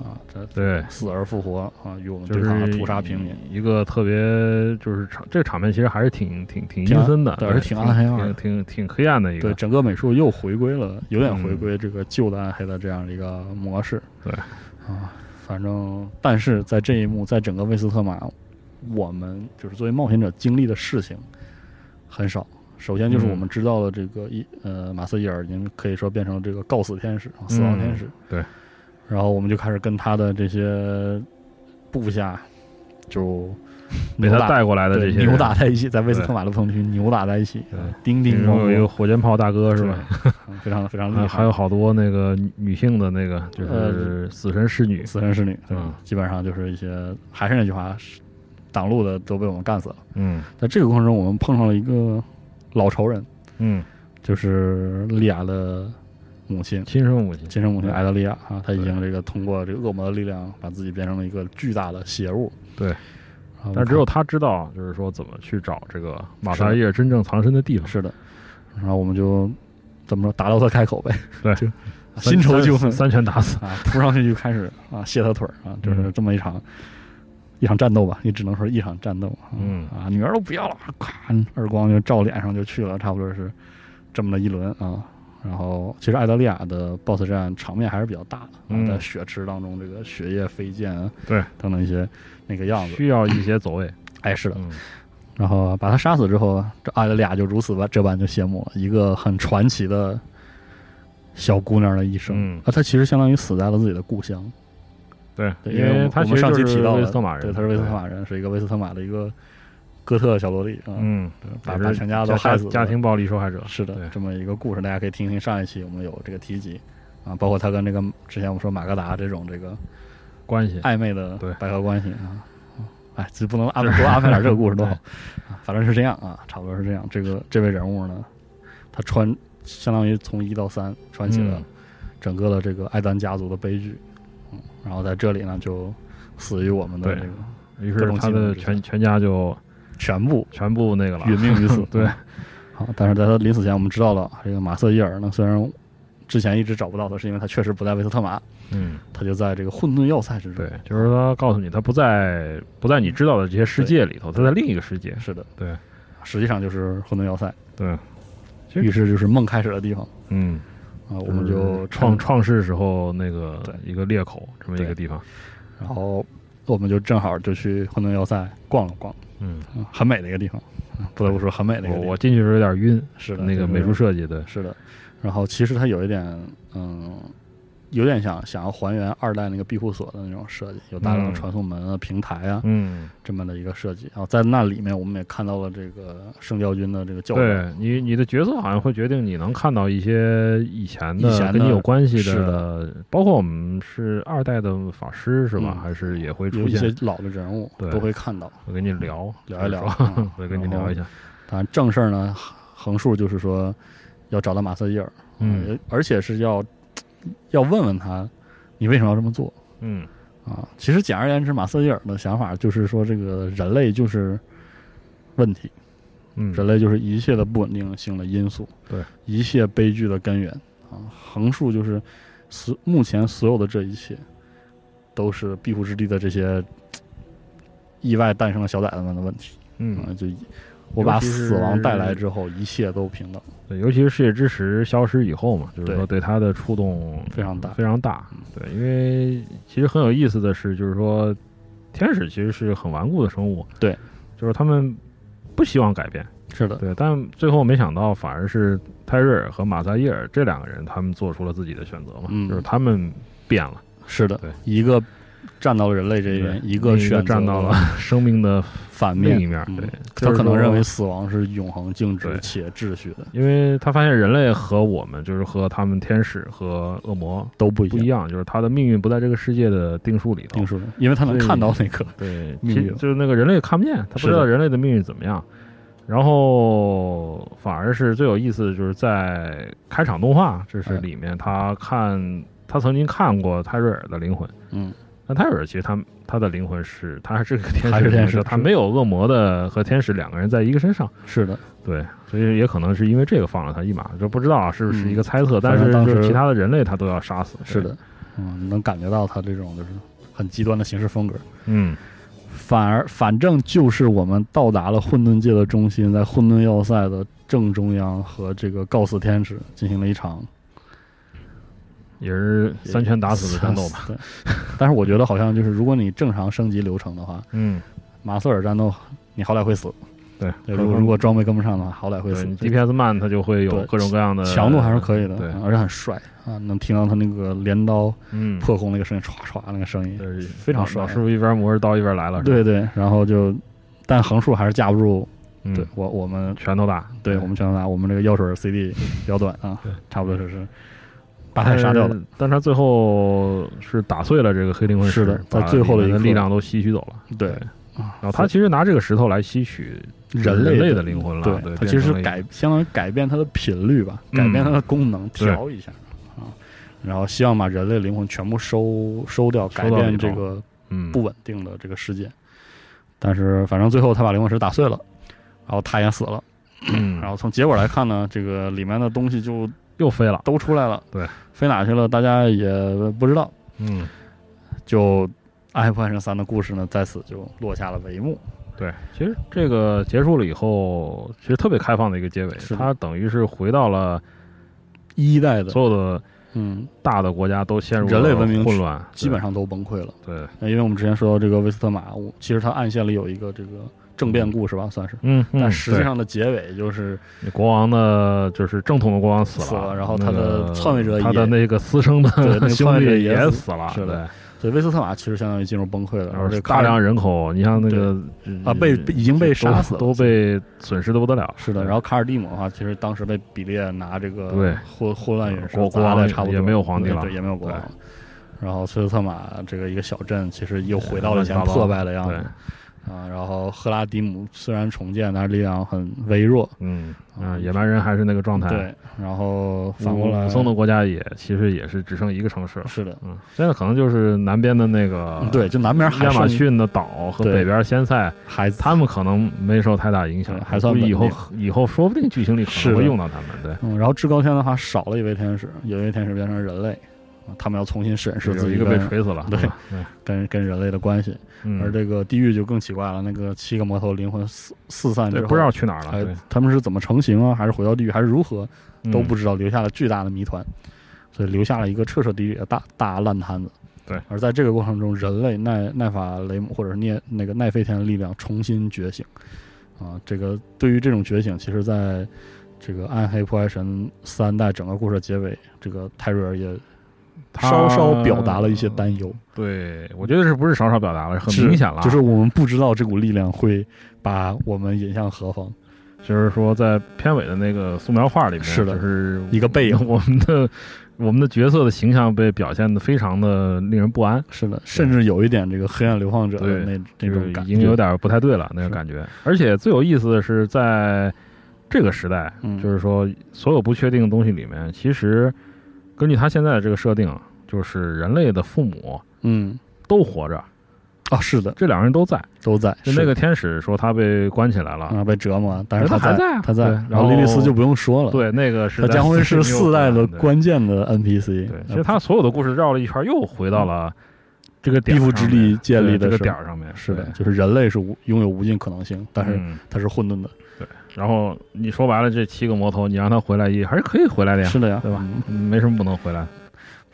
B: 啊，这
C: 对，
B: 死而复活啊，与我们
C: 就
B: 对抗啊，
C: 是
B: 屠杀平民。
C: 一个特别就是场这个场面其实还是挺挺挺
B: 挺
C: 阴森的，
B: 对而且挺暗黑二的
C: 挺挺挺黑暗的一
B: 对，
C: 个，
B: 整个美术又回归了，有点
C: 嗯
B: 回归这个旧的暗黑的这样的一个模式。
C: 对
B: 啊，反正但是在这一幕，在整个威斯特玛，我们就是作为冒险者经历的事情很少。首先
C: 嗯
B: 就是我们知道了这个伊、呃马瑟伊尔已经可以说变成了这个告死天使、死亡天使。
C: 嗯对，
B: 然后我们就开始跟他的这些部下就
C: 被
B: 扭
C: 他
B: 打
C: 带过来的
B: 对
C: 这些人
B: 扭打，在一起，在威斯特玛的棚区扭打在一起
C: 对，
B: 叮
C: 比
B: 叮咣
C: 如有一
B: 咣
C: 个，火箭炮大哥是吧？
B: 嗯非常非常厉害。
C: 啊，还有好多那个女女性的那个，
B: 呃
C: 就是死神侍女，
B: 死神侍女，对
C: 嗯
B: 基本上就是一些还是那句话，是挡路的都被我们干死了。
C: 嗯
B: 在这个过程中，我们碰上了一个老仇人，
C: 嗯，
B: 就是莉亚的母亲，
C: 亲生母亲，
B: 亲生母亲
C: 嗯对
B: 艾德莉亚啊，她已经这个通过这个恶魔的力量，把自己变成了一个巨大的邪物。
C: 对
B: 然后我们看，
C: 但只有他知道，就是说怎么去找这个马
B: 是
C: 萨
B: 的
C: 叶真正藏身的地方。
B: 是的，然后我们就怎么说打到他开口呗，
C: 对
B: 就
C: 三
B: 新仇
C: 三
B: 旧恨
C: 三拳打死。
B: 啊，扑上去就开始啊卸他腿儿啊，就是
C: 嗯
B: 这么一场、一场战斗吧，也只能说一场战斗。啊
C: 嗯
B: 啊，女儿都不要了，咔，耳光就照脸上就去了，差不多是这么的一轮啊。然后其实艾德利亚的 BOSS 战场面还是比较大的，
C: 嗯
B: 啊、在血池当中，这个血液飞溅啊，
C: 对，
B: 等等一些那个样子。
C: 需要一些走位。
B: 哎，是的。
C: 嗯，
B: 然后把他杀死之后，这艾德利亚就如此吧，这般就谢幕了，一个很传奇的小姑娘的一生。
C: 嗯
B: 啊，她其实相当于死在了自己的故乡。
C: 对，
B: 对，
C: 因
B: 我们
C: 他
B: 我
C: 其
B: 们
C: 实
B: 上期
C: 就是
B: 提到
C: 威
B: 了，
C: 斯特玛人，
B: 对，他是威斯特玛人，是一个威斯特玛的一个哥特小萝莉啊，
C: 对。，嗯，
B: 把
C: 也
B: 把
C: 是
B: 全家都
C: 家
B: 害死了
C: 家庭暴力受害者。
B: 是的
C: 对，
B: 这么一个故事，大家可以听听上一期我们有这个提及啊，包括他跟这个之前我们说马格达这种这个
C: 关系。
B: 暧昧的
C: 对
B: 百合关系啊。哎，这不能安排多安排点这个故事多 好，啊反正是这样啊，差不多是这样。这个这位人物呢，他穿相当于从一到三穿起了
C: 嗯
B: 整个的这个艾丹家族的悲剧，嗯，然后在这里呢就死于我们的
C: 对
B: 这个
C: 于
B: 各
C: 是
B: 种
C: 他
B: 技能
C: 的
B: 之
C: 全全家就
B: 全部
C: 全部那个了。。
B: 殒命于此
C: 对，
B: 好，但是在他临死前，我们知道了这个马瑟伊尔呢，虽然之前一直找不到他，是因为他确实不在维斯特玛，
C: 嗯，
B: 他就在这个混沌要塞之中
C: 对。，就是他告诉你，他不在不在你知道的这些世界里头，他在另一个世界。
B: 是的，
C: 对，
B: 实际上就是混沌要塞，
C: 对，其实
B: 于是就是梦开始的地方
C: 嗯，
B: 啊，我们就是
C: 创
B: 创，
C: 创世时候那个
B: 对
C: 一个裂口这么一个
B: 对
C: 地方。
B: 然后我们就正好就去混沌要塞逛了逛，
C: 嗯，
B: 嗯很美的一个地方，嗯不得不说很美的一
C: 我
B: 个地
C: 我
B: 方。
C: 进去的时候有点晕，
B: 是的，
C: 那
B: 就
C: 个
B: 是
C: 美术设计的，
B: 是的，然后其实它有一点，嗯，有点想想要还原二代那个庇护所的那种设计，有大量的
C: 嗯
B: 传送门啊、平台啊
C: 嗯，
B: 这么的一个设计。然后在那里面，我们也看到了这个圣教军的这个教官，
C: 对你你的角色好像会决定你能看到一些以前的
B: 以前的
C: 跟你有关系
B: 是的
C: 包括我们是二代的法师是吧？
B: 嗯
C: 还是也会
B: 有
C: 出
B: 一些
C: 现？
B: 老的人物
C: 对
B: 都会看到，
C: 我跟你聊
B: 聊一聊，
C: 是吧
B: 嗯
C: 我跟你聊
B: 然后
C: 一。下。
B: 当然正事儿呢，横竖就是说要找到马瑟伊尔，
C: 嗯，
B: 啊而且是要要问问他，你为什么要这么做？
C: 嗯，
B: 啊，其实简而言之，马瑟伊尔的想法就是说，这个人类就是问题，
C: 嗯，
B: 人类就是一切的不稳定性的因素，
C: 对，
B: 一切悲剧的根源啊，横竖就是所目前所有的这一切，都是庇护之地的这些嘖意外诞生的小崽子们的问题
C: 嗯
B: 啊，，就一我把
C: 尤其是
B: 死亡带来之后，一切都平等，
C: 对，尤其是世界之石消失以后嘛，就是
B: 对
C: 说对他的触动
B: 非常大
C: 非常大。
B: 嗯
C: 对，因为其实很有意思的是，就是说天使其实是很顽固的生物，
B: 对，
C: 就是他们不希望改变，
B: 是的，
C: 对，但最后没想到反而是泰瑞尔和马萨耶尔这两个人，他们做出了自己的选择嘛，
B: 嗯
C: 就是他们变了，
B: 是的
C: 对，
B: 一个站到了人类这一边，
C: 对
B: 一个
C: 另一
B: 选择
C: 站到了生命的
B: 反 面
C: 另一。面，对
B: 嗯，他
C: 就是
B: 可能
C: 说
B: 认为死亡是永恒、静止
C: 对
B: 且秩序的，
C: 因为他发现人类和我们，就是和他们天使和恶魔
B: 都不一
C: 不一
B: 样。
C: 样，就是他的命运不在这个世界的定数里头。
B: 定数的，因为他能
C: 所以
B: 看到那个，
C: 对，
B: 命
C: 其
B: 运
C: 就是那个人类看不见，他不
B: 是
C: 知道
B: 的
C: 人类的命运怎么样。然后反而是最有意思，的就是在开场动画，这是
B: 哎
C: 里面他看他曾经看过泰瑞尔的灵魂，
B: 嗯，
C: 但泰瑞尔其实他他的灵魂是他还是个 天
B: 还
C: 使
B: 是
C: 灵魂
B: 天
C: 是
B: 使
C: 他
B: 是
C: 没有恶魔的和天使两个人在一个身上，
B: 是的，
C: 对，所以也可能是因为这个放了他一马，就不知道啊是不是一个猜测，
B: 嗯反
C: 但
B: 正
C: 是
B: 当
C: 就是
B: 时
C: 其他的人类他都要杀死，对
B: 是，的，嗯，能感觉到他这种就是很极端的行事风格。
C: 嗯，
B: 反而，反正就是我们到达了混沌界的中心，在混沌要塞的正中央和这个告死天使进行了一场
C: 也是三拳打死的 战斗吧，
B: 吧。对，但是我觉得好像就是，如果你正常升级流程的话，
C: 嗯，
B: 马瑟尔战斗你好歹会死，
C: 对，
B: 对，如果如果装备跟不上的话，好歹会
C: 嗯对
B: 死
C: 你。DPS 慢，它就会有
B: 对
C: 各种各样的
B: 强度还是可以的，
C: 对
B: 而且很帅啊，能听到他那个镰刀
C: 嗯，
B: 破空那个声音，唰唰那个声音，
C: 对
B: 非常帅
C: 老师傅一边磨着刀一边来了，是吧，
B: 对对，然后就，但横竖还是架不住，
C: 嗯
B: 对，我我们
C: 拳头打，
B: 对我们全都拿我们这个药水 CD 比较短啊
C: 对，
B: 差不多就是把他杀掉了。
C: 但是，但他最后是打碎了这个黑灵魂石，
B: 是的
C: 把
B: 在最后的
C: 里
B: 一
C: 面
B: 刻
C: 力量都吸取走了。
B: 对
C: 呃对
B: 啊，
C: 然后他其实拿这个石头来吸取
B: 人
C: 类
B: 类
C: 的灵魂了，
B: 对
C: 对，
B: 它其实
C: 变成了
B: 是
C: 一嗯
B: 改，相当于改变它的频率吧，改变它的功能，调一下啊，然后希望把人类灵魂全部收收掉，
C: 收
B: 改
C: 到
B: 变
C: 里头
B: 这个
C: 嗯
B: 不稳定的这个世界。但是反正最后他把灵魂石打碎了，然后他也死了。
C: 嗯，
B: 然
C: 后
B: 后从结果来看呢，这个里面的东西就
C: 又飞了，
B: 都出来了，
C: 对，
B: 飞哪去了大家也不知道。
C: 嗯，
B: 就《爱幻神三》的故事呢，在此就落下了帷幕。
C: 对，其实这个结束了以后，其实特别开放的一个结尾，
B: 是的
C: 他等于是回到了
B: 一代的，
C: 所有的
B: 嗯，
C: 大的国家都陷入了
B: 人类文明
C: 混乱，对
B: 基本上都崩溃了。
C: 对，
B: 呃因为我们之前说到这个威斯特玛，我其实它暗线里有一个这个政变故事吧，算是。
C: 嗯，嗯
B: 但实际
C: 对
B: 上的结尾就是
C: 国王的，就是正统的国王死了，
B: 死了然后
C: 那
B: 他的
C: 个
B: 篡位者
C: 他
B: 也
C: 的那个私生
B: 那
C: 的
B: 个
C: 兄
B: 篡位者
C: 弟
B: 也死
C: 死了，
B: 是的对
C: 对，
B: 威斯特玛其实相当于进入崩溃了，
C: 然
B: 然
C: 后
B: 后这
C: 是
B: 个
C: 大量人口，你像那个
B: 啊被被已经被杀死了
C: 都都被损失的不得了，
B: 是的，然后卡尔蒂姆的话，其实当时被比列拿这个
C: 对
B: 霍霍乱陨石
C: 国国
B: 砸
C: 王
B: 的差不多
C: 也没有皇帝
B: 对
C: 了
B: 对，也没有国
C: 对
B: 王了。然后崔斯特玛这个一个小镇，其实又回到了以前
C: 乱七八糟
B: 破败的样
C: 对
B: 子，啊。然后赫拉迪姆虽然重建，但是力量很微弱，
C: 嗯啊，
B: 嗯
C: 野蛮人还是那个状态，，嗯
B: 对。然后反过来，
C: 宋的国家也其实也是只剩一个城市了，
B: 是的，
C: 嗯，现在可能就是南边的那个
B: 嗯对，就南边还
C: 啊亚马
B: 剩
C: 逊的岛和
B: 对
C: 北边先塞，
B: 还
C: 他们可能没受太大影响
B: 对，还算
C: 估计以后
B: 稳
C: 以后说不定剧情里可
B: 是
C: 能
B: 的
C: 会用到他们，对。
B: 嗯，然后至高天的话少了一位天使，有一位天使变成人类，啊他们要重新审视
C: 有
B: 自
C: 一
B: 己
C: 个
B: 跟
C: 被锤死了，
B: 对
C: 是吧，对
B: 跟跟人类的关系。
C: 嗯，
B: 而这个地狱就更奇怪了，那个七个魔头灵魂四四散之
C: 对
B: 后，
C: 不知道去哪儿了，
B: 哎
C: 对，
B: 他们是怎么成型啊，还是回到地狱，还是如何
C: 嗯
B: 都不知道，留下了巨大的谜团，所以留下了一个彻彻底底的大大烂摊子。
C: 对，
B: 而在这个过程中，人类奈奈法雷姆或者是涅那个奈飞天的力量重新觉醒，啊，这个对于这种觉醒，其实在这个暗黑破坏神三代整个故事的结尾，这个泰瑞尔也
C: 他
B: 稍
C: 呃
B: 稍表达了一些担忧，
C: 对，我觉得是不是少少表达了，很
B: 是
C: 明显了啊，
B: 就是我们不知道这股力量会把我们引向何方。
C: 就是说在片尾的那个素描画里面，
B: 是的
C: 就是
B: 一个背影
C: 我们的我们的角色的形象被表现的非常的令人不安，
B: 是的，甚至有一点这个黑暗流放者的
C: 对
B: 那那种
C: 就是
B: 感
C: 已
B: 觉，
C: 经有点不太对了那个
B: 是
C: 感觉。而且最有意思的是，在这个时代，
B: 嗯
C: 就是说所有不确定的东西里面，其实根据他现在的这个设定，就是人类的父母
B: 嗯
C: 都活着，
B: 啊，是的，
C: 这两个人都在。
B: 都在
C: 就是那
B: 的
C: 个天使说他被关起来了，
B: 啊被折磨，但是
C: 他还
B: 在
C: 在啊
B: 他在
C: 对，
B: 然后莉莉丝
C: 然后
B: 就不用说了，，
C: 对，那个是
B: 他
C: 在
B: 将会是
C: 四
B: 四代的
C: 对
B: 关键的 NPC，
C: 对，
B: 呃
C: 其实他所有的故事绕了一圈，又回到了这个
B: 地
C: 地
B: 府嗯之力建立的
C: 这个
B: 是
C: 点儿上面。
B: 是的，
C: 对，
B: 就是人类是无拥有无尽可能性，但是
C: 嗯
B: 它是混沌的，
C: 然后你说白了，这七个魔头，你让他回来也还是可以回来的呀，
B: 是的呀，
C: 对吧
B: 嗯？
C: 嗯没什么不能回来。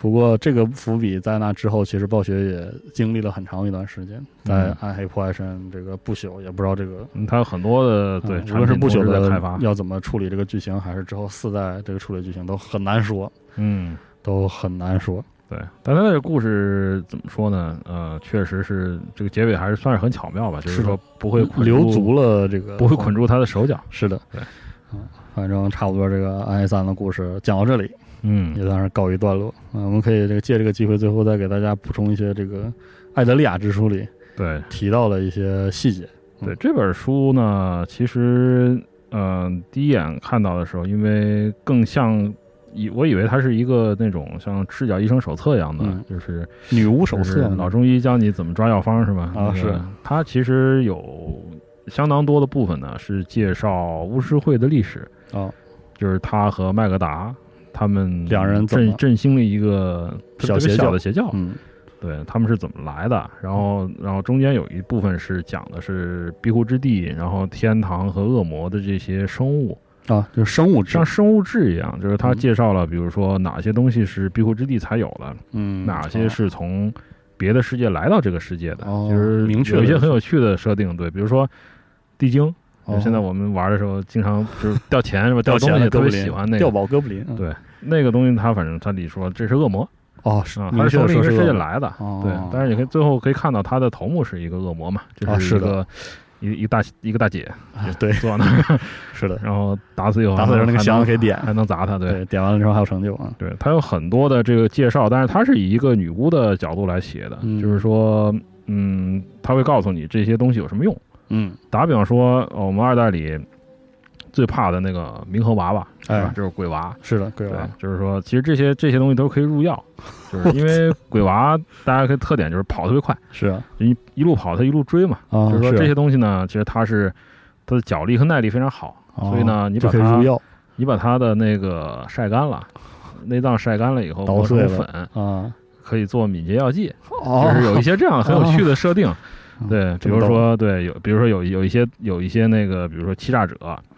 B: 不过这个伏笔在那之后，其实暴雪也经历了很长一段时间，在
C: 嗯
B: 暗黑破坏神这个不朽，也不知道这个
C: 嗯他有很多的对，
B: 嗯无
C: 产
B: 论是
C: 品
B: 不
C: 同
B: 朽
C: 时在
B: 的
C: 开发，
B: 要怎么处理这个剧情，还是之后四代这个处理剧情都很难说，
C: 嗯，
B: 都很难说。
C: 对。但他这个故事怎么说呢？呃，确实是这个结尾还是算是很巧妙吧，就是
B: 是的
C: 说不会捆
B: 留
C: 住，
B: 足了这个，
C: 不会捆。住他的手脚。
B: 是的，
C: 对，
B: 嗯，反正差不多这个暗黑三的故事讲到这里，
C: 嗯
B: 也算是告一段落。嗯，我们可以这个借这个机会，最后再给大家补充一些这个《艾德利亚之书》里
C: 对，
B: 提到的一些细节。
C: 对这本书呢，其实嗯、呃第一眼看到的时候，因为更像以我以为它是一个那种像《赤脚医生手册》一样的，
B: 嗯
C: 就是
B: 女巫手
C: 就是
B: 册，嗯
C: 老中医教你怎么抓药方是吧？
B: 啊
C: 那个
B: 是
C: 它其实有相当多的部分呢，是介绍巫师会的历史，
B: 哦，
C: 就是他和麦格达他们
B: 两人怎么
C: 振振兴了一个特别
B: 小邪
C: 小
B: 教
C: 的邪教，
B: 嗯
C: 对他们是怎么来的，然后然后中间有一部分是讲的是庇护之地，然后天堂和恶魔的这些生物，
B: 啊，就是生物质
C: 像，生物志一样，就是他
B: 嗯
C: 介绍了，比如说哪些东西是庇护之地才有的，
B: 嗯，
C: 哪些是从别的世界来到这个世界的，
B: 哦
C: 就是
B: 明确的
C: 有一些很有趣的设定，对，比如说地精，
B: 哦？
C: 就
B: 哦
C: 现在我们玩的时候经常就是掉钱 是吧？
B: 掉
C: 东
B: 钱
C: 西
B: 的
C: 特
B: 哥布
C: 别
B: 林
C: 喜欢那
B: 掉
C: 个，
B: 宝哥布林，嗯
C: 对那个东西，它反正它里说这是恶魔
B: 哦，是
C: 啊，它
B: 明
C: 是
B: 确
C: 从
B: 的
C: 另一
B: 说
C: 个
B: 是
C: 世界
B: 恶魔
C: 来的，
B: 哦，
C: 对，但是你可以最后可以看到他的头目是一个恶魔嘛，就是一
B: 哦是
C: 个、
B: 的
C: 一一个大一个大姐
B: 啊对，
C: 坐在那儿，
B: 是的，
C: 然后打死以后
B: 打死
C: 还
B: 人
C: 能
B: 那个
C: 还
B: 箱子
C: 能
B: 可以点
C: 还能砸他，对。
B: 对，点完了之后还有成就啊，
C: 对，它有很多的这个介绍，但是它是以一个女巫的角度来写的，
B: 嗯
C: 就是说，嗯，他会告诉你这些东西有什么用。
B: 嗯，
C: 打比方说，呃我们二代里最怕的那个冥河娃娃，是吧
B: 哎？，
C: 就是鬼娃，
B: 是的，鬼
C: 对
B: 娃，，
C: 就是说，其实这些这些东西都可以入药，就是 因为鬼娃大家可以特点就是跑得特别快，
B: 是啊，
C: 一一路跑它一路追嘛，
B: 啊
C: 就是说
B: 是
C: 这些东西呢，其实它是它的脚力和耐力非常好，
B: 哦
C: 所以呢，你
B: 就
C: 把
B: 可以
C: 它
B: 入药
C: 你把它的那个晒干了，内脏晒干了以后
B: 捣
C: 磨成
B: 碎了
C: 粉，
B: 啊，
C: 可以做敏捷药剂，
B: 哦嗯
C: 就是有一些这样很有趣的设 定。对，比
B: 这么
C: 如
B: 逗
C: 说对有，比如说有有一些有一些那个，比如说欺诈者，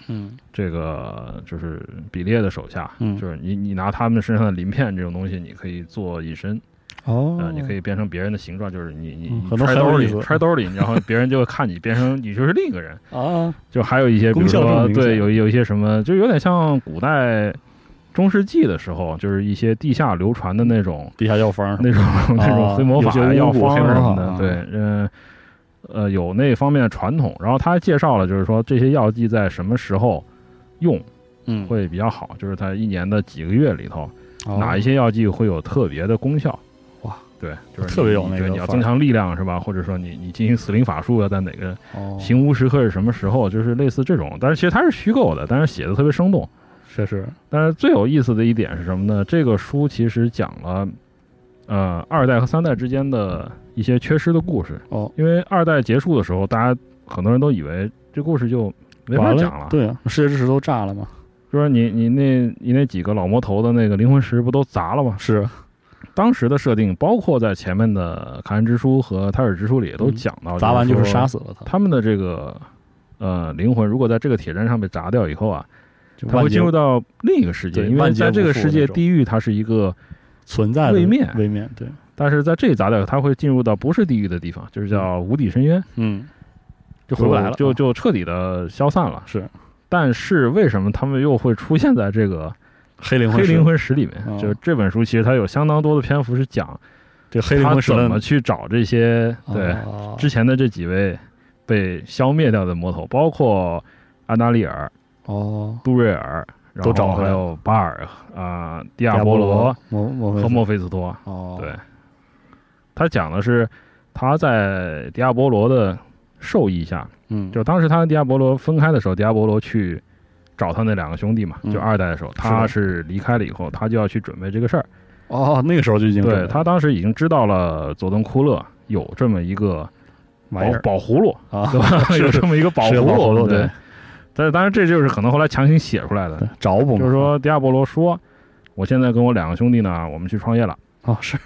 B: 嗯
C: 这个就是比列的手下，
B: 嗯
C: 就是你你拿他们身上的鳞片这种东西，你可以做隐身，
B: 哦
C: 呃，你可以变成别人的形状，就是你你
B: 嗯
C: 你
B: 很多
C: 揣
B: 很有
C: 兜
B: 意思
C: 里揣兜里，然后别人就会看你变成你就是另一个人。
B: 啊，
C: 就还有一些，比
B: 功
C: 如
B: 效这么
C: 说
B: 明
C: 对，
B: 显
C: 有有一些什么，就有点像古代中世纪的时候，就是一些地下流传的那种、
B: 地下药方是吧
C: 那种、那种黑魔
B: 哦有
C: 法
B: 些
C: 呀、药
B: 巫蛊
C: 方
B: 黑魔
C: 什么
B: 法
C: 的，
B: 啊
C: 对，嗯、呃，有那方面的传统。然后他介绍了，就是说这些药剂在什么时候用
B: 嗯
C: 会比较好，就是他一年的几个月里头，
B: 哦
C: 哪一些药剂会有特别的功效。
B: 哇，
C: 对，就是
B: 特别有
C: 你
B: 那
C: 对
B: 个
C: 你要
B: 范
C: 增
B: 儿
C: 强力量是吧？或者说你你进行死灵法术要啊在哪个
B: 哦
C: 行巫时刻是什么时候？就是类似这种，但是其实它是虚构的，但是写的特别生动。
B: 确实
C: 但是最有意思的一点是什么呢？这个书其实讲了，呃，二代和三代之间的一些缺失的故事。
B: 哦，
C: 因为二代结束的时候，大家很多人都以为这故事就没法
B: 完
C: 讲了，
B: 对啊，世界之石都炸了嘛，
C: 就是你你那你那几个老魔头的那个灵魂石不都砸了吗？
B: 是
C: 当时的设定，包括在前面的《卡恩之书》和《泰尔之书》里都
B: 嗯
C: 讲到，
B: 砸完就是杀
C: 死
B: 死了他，
C: 他们的这个呃灵魂，如果在这个铁站上被砸掉以后啊。
B: 就
C: 它
B: 万
C: 会
B: 劫
C: 进入到另一个世界，
B: 对
C: 因为
B: 万劫
C: 在这
B: 不
C: 个
B: 复
C: 世
B: 那
C: 界，
B: 种
C: 地狱它是一个，
B: 存在的
C: 位面
B: 位面对，
C: 但是在这砸掉，它会进入到不是地狱的地方，就是叫无底深渊，
B: 嗯，就
C: 就
B: 回不来了，
C: 就
B: 啊
C: 就彻底的消散了。
B: 是
C: 但是为什么他们又会出现在这个
B: 黑灵
C: 黑
B: 石
C: 灵，魂石里面？
B: 哦
C: 就是这本书其实它有相当多的篇幅是讲
B: 这黑灵
C: 他
B: 魂石
C: 怎
B: 的
C: 么去找这些对
B: 哦
C: 之前的这几位被消灭掉的魔头，包括安达利尔、
B: 哦，
C: 杜瑞尔，然
B: 都找
C: 后
B: 回
C: 还
B: 来了
C: 有巴尔啊、迪
B: 亚
C: 亚波罗
B: 摩摩菲
C: 和
B: 斯
C: 墨菲斯托。
B: 哦，
C: 对，他讲的是他在迪亚波罗的授意下，
B: 嗯，
C: 就当时他跟迪亚波罗分开的时候，迪亚波罗去找他那两个兄弟嘛，
B: 嗯
C: 就二代的时候，他是离开了以后，他就要去准备这个事儿。
B: 哦，那个时候就已经准备
C: 对
B: 了
C: 他当时已经知道了佐登库勒有这么一个宝
B: 玩意儿
C: 宝葫芦，
B: 啊
C: 对，吧？有这么一个宝
B: 是有宝
C: 葫
B: 葫芦
C: 对
B: 对。
C: 但是当然，这就是可能后来强行写出来的，
B: 找补嘛，啊
C: 就是说迪亚波罗说：“我现在跟我两个兄弟呢，我们去创业了。”
B: 哦，是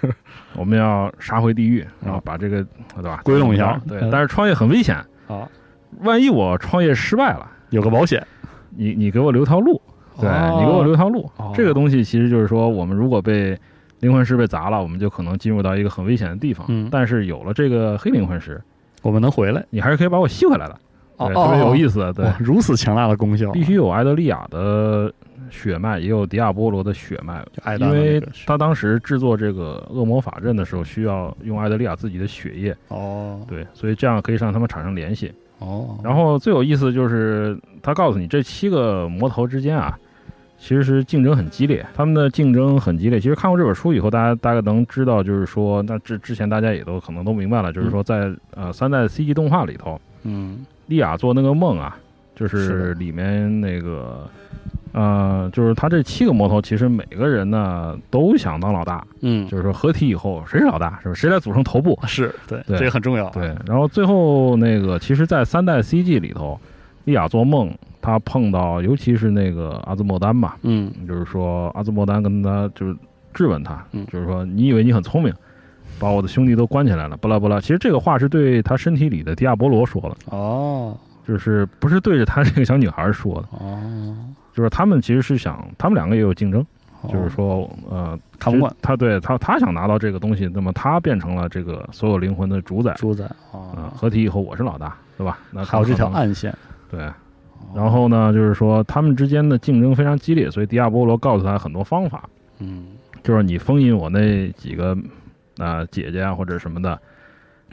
C: 我们要杀回地狱，然后
B: 嗯
C: 把这个对吧
B: 归拢一下
C: 对
B: 嗯，
C: 但是创业很危险，
B: 啊，
C: 万一我创业失败了，
B: 有个保险，
C: 你你给我留条路，对、
B: 哦
C: 你给我留条路。
B: 哦
C: 这个东西其实就是说，我们如果被灵魂石被砸了，我们就可能进入到一个很危险的地方。
B: 嗯
C: 但是有了这个黑灵魂石，
B: 我们能回来，
C: 你还是可以把我吸回来的，
B: 哦
C: 对，
B: 哦
C: 特别有
B: 哦
C: 意思。对
B: 哇，如此强大的功效，
C: 必须有埃德利亚的血脉，也有迪亚波罗的血脉，
B: 就爱达
C: 因
B: 的那
C: 为
B: 个
C: 他当时制作这个恶魔法阵的时候，需要用埃德利亚自己的血液。
B: 哦
C: 对，所以这样可以让他们产生联系。
B: 哦，
C: 然后最有意思的就是他告诉你，这七个魔头之间啊，其实是竞争很激烈，他们的竞争很激烈。其实看过这本书以后，大家大概能知道，就是说，那之之前大家也都可能都明白了，就是说在呃三代 CG 动画里头，
B: 嗯
C: 莉亚做那个梦啊，就是是
B: 的
C: 里面那个，呃，就是他这七个魔头，其实每个人呢都想当老大，
B: 嗯，
C: 就是说合体以后谁是老大，是吧？谁来组成头部？
B: 是对，
C: 对
B: 这个很重要。啊
C: 对，然后最后那个，其实，在三代 CG 里头，莉亚做梦，他碰到尤其是那个阿兹莫丹嘛，
B: 嗯，
C: 就是说阿兹莫丹跟他就是质问他，
B: 嗯
C: 就是说你以为你很聪明，把我的兄弟都关起来了，巴拉巴拉。其实这个话是对他身体里的迪亚波罗说的，
B: 哦
C: 就是不是对着他这个小女孩说的，
B: 哦，
C: 就是他们其实是想，他们两个也有竞争，
B: 哦啊
C: 就是说呃，
B: 看不惯
C: 其实他对他他想拿到这个东西，那么他变成了这个所有灵魂的主宰，
B: 猪仔
C: 啊，
B: 啊，
C: 合体以后我是老大，对吧？那
B: 还有这条哦
C: 可能
B: 暗线，
C: 对。然后呢，就是说他们之间的竞争非常激烈，所以迪亚波罗告诉他很多方法，
B: 嗯，
C: 就是你封印我那几个啊、呃姐姐啊或者什么的，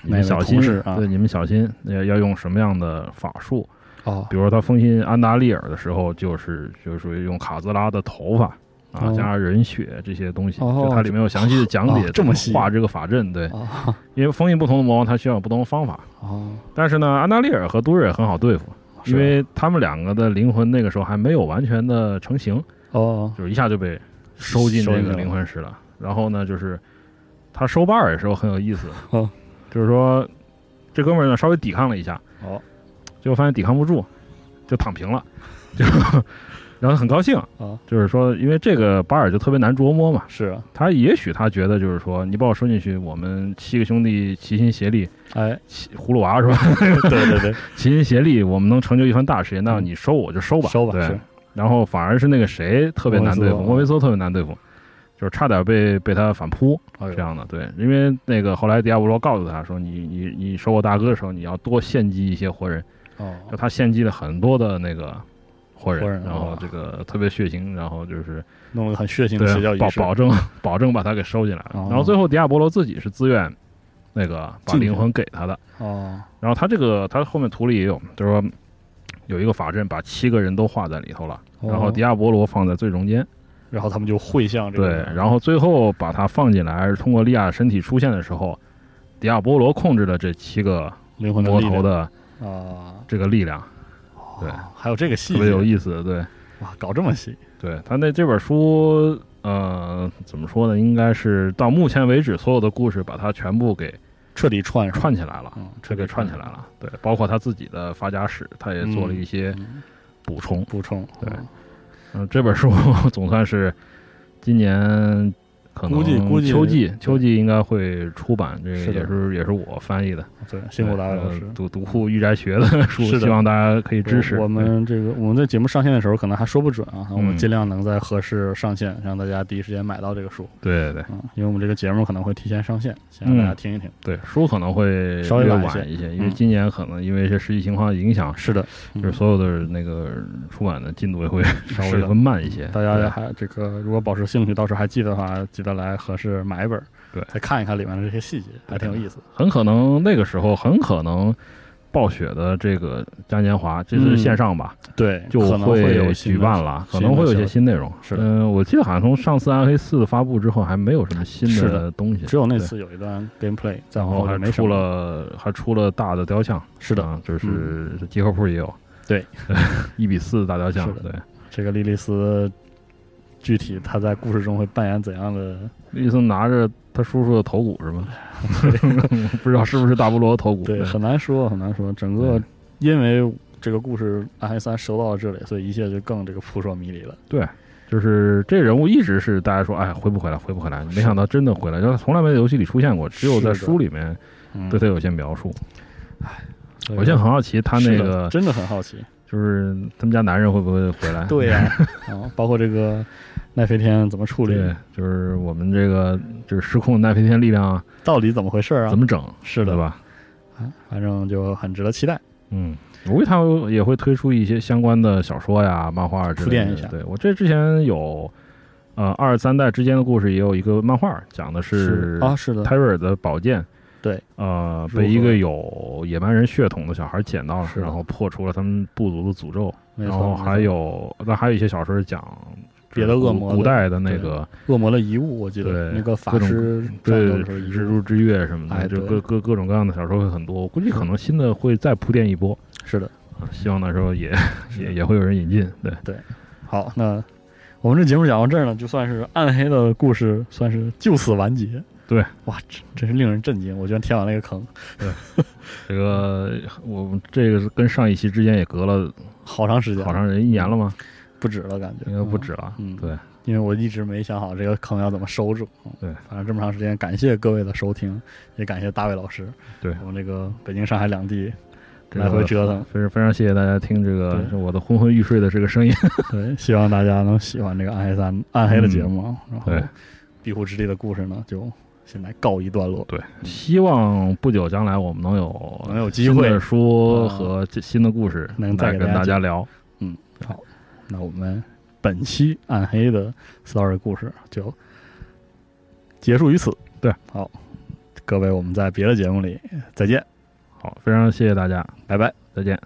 C: 你
B: 哪位
C: 们小心
B: 同事啊
C: 对，你们小心，要要用什么样的法术？
B: 哦
C: 比如说他封印安达利尔的时候，就是就是属于用卡兹拉的头发啊，
B: 哦
C: 加上人血这些东西，
B: 哦
C: 就它里面有详细的讲解，
B: 哦这么细
C: 画这个法阵，对，
B: 哦
C: 因为封印不同的魔王，它需要有不同的方法。
B: 哦，
C: 但是呢，安达利尔和都瑞也很好对付，
B: 是啊
C: 因为他们两个的灵魂那个时候还没有完全的成型，
B: 哦
C: 就是一下就被收进这
B: 收进
C: 个
B: 了
C: 灵魂石了。然后呢，就是他收巴尔的时候很有意思，
B: 哦
C: 就是说这哥们儿呢稍微抵抗了一下，
B: 哦
C: 结果发现抵抗不住，就躺平了，就然后很高兴
B: 哦，
C: 就是说因为这个巴尔就特别难琢磨嘛，
B: 是啊，
C: 他也许他觉得就是说你把我收进去，我们七个兄弟齐心协力，
B: 哎，
C: 齐葫芦娃是吧？
B: 对对对，
C: 齐心协力，我们能成就一番大事业。那
B: 嗯
C: 你收我就收吧，
B: 收吧，
C: 对
B: 是，
C: 然后反而是那个谁特别难对付，莫
B: 莫
C: 维
B: 维
C: 索特别难对付，就是差点被被他反扑
B: 哎呦
C: 这样的。对，因为那个后来迪亚波罗告诉他说，你你你收我大哥的时候，你要多献祭一些活人。就
B: 哦，
C: 他献祭了很多的那个活人，
B: 活人
C: 然后
B: 哦
C: 这个特别血腥，然后就是
B: 弄了个很血腥的邪教
C: 对啊
B: 仪
C: 保
B: 式，
C: 保证保证把他给收进来了。
B: 哦
C: 然后最后迪亚波罗自己是自愿那个把
B: 进去
C: 灵魂给他的。
B: 哦
C: 然后他这个他后面图里也有，就是说有一个法阵把七个人都画在里头了，
B: 哦
C: 然后迪亚波罗放在最中间，
B: 然后他们就会向这
C: 对
B: 个，
C: 然后最后把他放进来，通过利亚身体出现的时候，迪亚波罗控制了这七个
B: 灵魂的
C: 魔
B: 力
C: 头
B: 量
C: 的
B: 啊，
C: 这个力量，对
B: 哦还有这个细
C: 特别有
B: 节
C: 意思，对，
B: 哇，搞这么细，
C: 对他那这本书，呃，怎么说呢？应该是到目前为止所有的故事把它全部给
B: 彻底串上，
C: 串起来了。
B: 嗯，
C: 这
B: 彻
C: 给
B: 底
C: 串起来了，对，包括他自己的发家史，他也做了一些
B: 嗯
C: 补充。
B: 补充，
C: 对
B: 嗯
C: 嗯，这本书 总算是今年可能
B: 估计估计
C: 秋季秋季应该会出版，这个
B: 是的
C: 也是也是我翻译的，
B: 对，辛苦大家
C: 呃
B: 老师。
C: 读读库御宅学的书，
B: 是的
C: 希望大家可以支持
B: 我我们这个我们在节目上线的时候，可能还说不准啊，我们
C: 嗯
B: 尽量能在合适上线，让大家第一时间买到这个书
C: 对对对
B: 啊、嗯，因为我们这个节目可能会提前上线，先让大
C: 嗯
B: 家听一听。
C: 对书可能会
B: 稍微
C: 略
B: 晚一
C: 晚
B: 些
C: 一些，因为
B: 嗯
C: 今年可能因为一些实际情况的影响，
B: 是的，嗯
C: 就是所有的那个出版的进度也会稍
B: 是
C: 微
B: 的
C: 会慢一些。
B: 大家
C: 对
B: 还这个如果保持兴趣，到时候还记得的话，记得来合适买一本，
C: 对
B: 再看一看里面的这些细节，还挺有意思的。
C: 很可能那个时候很可能暴雪的这个嘉年华，这次
B: 嗯
C: 线上吧，
B: 对，
C: 就
B: 可能有新
C: 举
B: 的
C: 办了，可能会有一些新内容。
B: 是的
C: 嗯、我记得好像从上次《暗黑四》的发布之后，还没有什么新
B: 是
C: 的
B: 的
C: 东西，
B: 只有那
C: 对。
B: 次有一段 gameplay，再
C: 然
B: 往
C: 后
B: 就
C: 还
B: 没什
C: 出
B: 么。
C: 了，还出了大的雕像，
B: 是的，嗯
C: 啊，就是集合铺也有，
B: 对，
C: 一比四的大雕像，
B: 是的
C: 对，
B: 这个莉莉丝具体她在故事中会扮演怎样的？
C: 利森拿着他叔叔的头骨是吗？ 不知道是不是大菠萝头骨？
B: 对，很难说，很难说。整个因为这个故事《暗黑三》收到了这里，所以一切就更这个扑朔迷离了。
C: 对，就是这人物一直是大家说，哎，回不回来，回不回来，没想到真的回来，就是从来没在游戏里出现过，只有
B: 是
C: 在
B: 的
C: 书里面
B: 嗯
C: 对他有些描述。
B: 所以
C: 我现在很好奇，他那
B: 是的
C: 个
B: 真的很好奇。
C: 就是他们家男人会不会回来？
B: 对 呀，啊，包括这个奈飞天怎么处理，
C: 对，就是我们这个就是失控的奈飞天力量啊
B: 到底怎么回事啊
C: 怎？么整？
B: 是
C: 对
B: 的，
C: 吧？
B: 啊反正就很值得期待。
C: 嗯，我估计他也会推出一些相关的小说呀、漫画之
B: 铺
C: 类
B: 垫一
C: 的。
B: 下
C: 对我这之前有，呃，二三代之间的故事也有一个漫画，讲的是
B: 啊，是的，
C: 泰瑞尔的宝剑。
B: 对，
C: 呃，
B: 如何
C: 被一个有野蛮人血统的小孩捡到了，
B: 是的
C: 然后破除了他们部族的诅咒。
B: 没
C: 然
B: 错
C: 后
B: 没错
C: 还有，那还有一些小说是讲
B: 别的恶魔
C: 古
B: 的
C: 古代的那
B: 对
C: 个
B: 恶魔的遗物，我记得
C: 对
B: 那个法
C: 各种
B: 师战
C: 对
B: 斗的时候遗
C: 蜘
B: 物
C: 蛛之月什么的，
B: 哎
C: 就
B: 对
C: 各各各种各样的小说会很多。我估计可能新的会再铺垫一波，
B: 是的，
C: 啊希望到时候也
B: 是
C: 也也会有人引进。对，
B: 好，那我们这节目讲到这儿呢，就算是暗黑的故事，算是就此完结。
C: 对，
B: 哇，真真是令人震惊！我居然填完了一个坑，
C: 这个我们这个是跟上一期之间也隔了
B: 好长时间，
C: 好长一年了吗？
B: 不止了，感觉
C: 应该
B: 啊
C: 不
B: 嗯
C: 止了。
B: 嗯
C: 对，
B: 因为我一直没想好这个坑要怎么收住。嗯
C: 对
B: 反正这么长时间，感谢各位的收听，也感谢大卫老师。
C: 对
B: 我们这个北京、上海两地
C: 这个
B: 来回 折腾，
C: 非常非常谢谢大家听这个
B: 对
C: 是我的昏昏欲睡的这个 声音。
B: 对，希望大家能喜欢这个暗黑三暗黑的节目啊。然后
C: 嗯对，
B: 庇护之地的故事呢，就现在告一段落。
C: 对，希望不久将来我们能有
B: 能有机会嗯
C: 新的书和新的故事
B: 能再
C: 来
B: 给
C: 跟
B: 大家
C: 大家聊。
B: 那我们本期暗黑的 story 故事就结束于此。
C: 对，
B: 好，各位，我们在别的节目里再见，
C: 好，非常谢谢大家，
B: 拜拜。
C: 再见。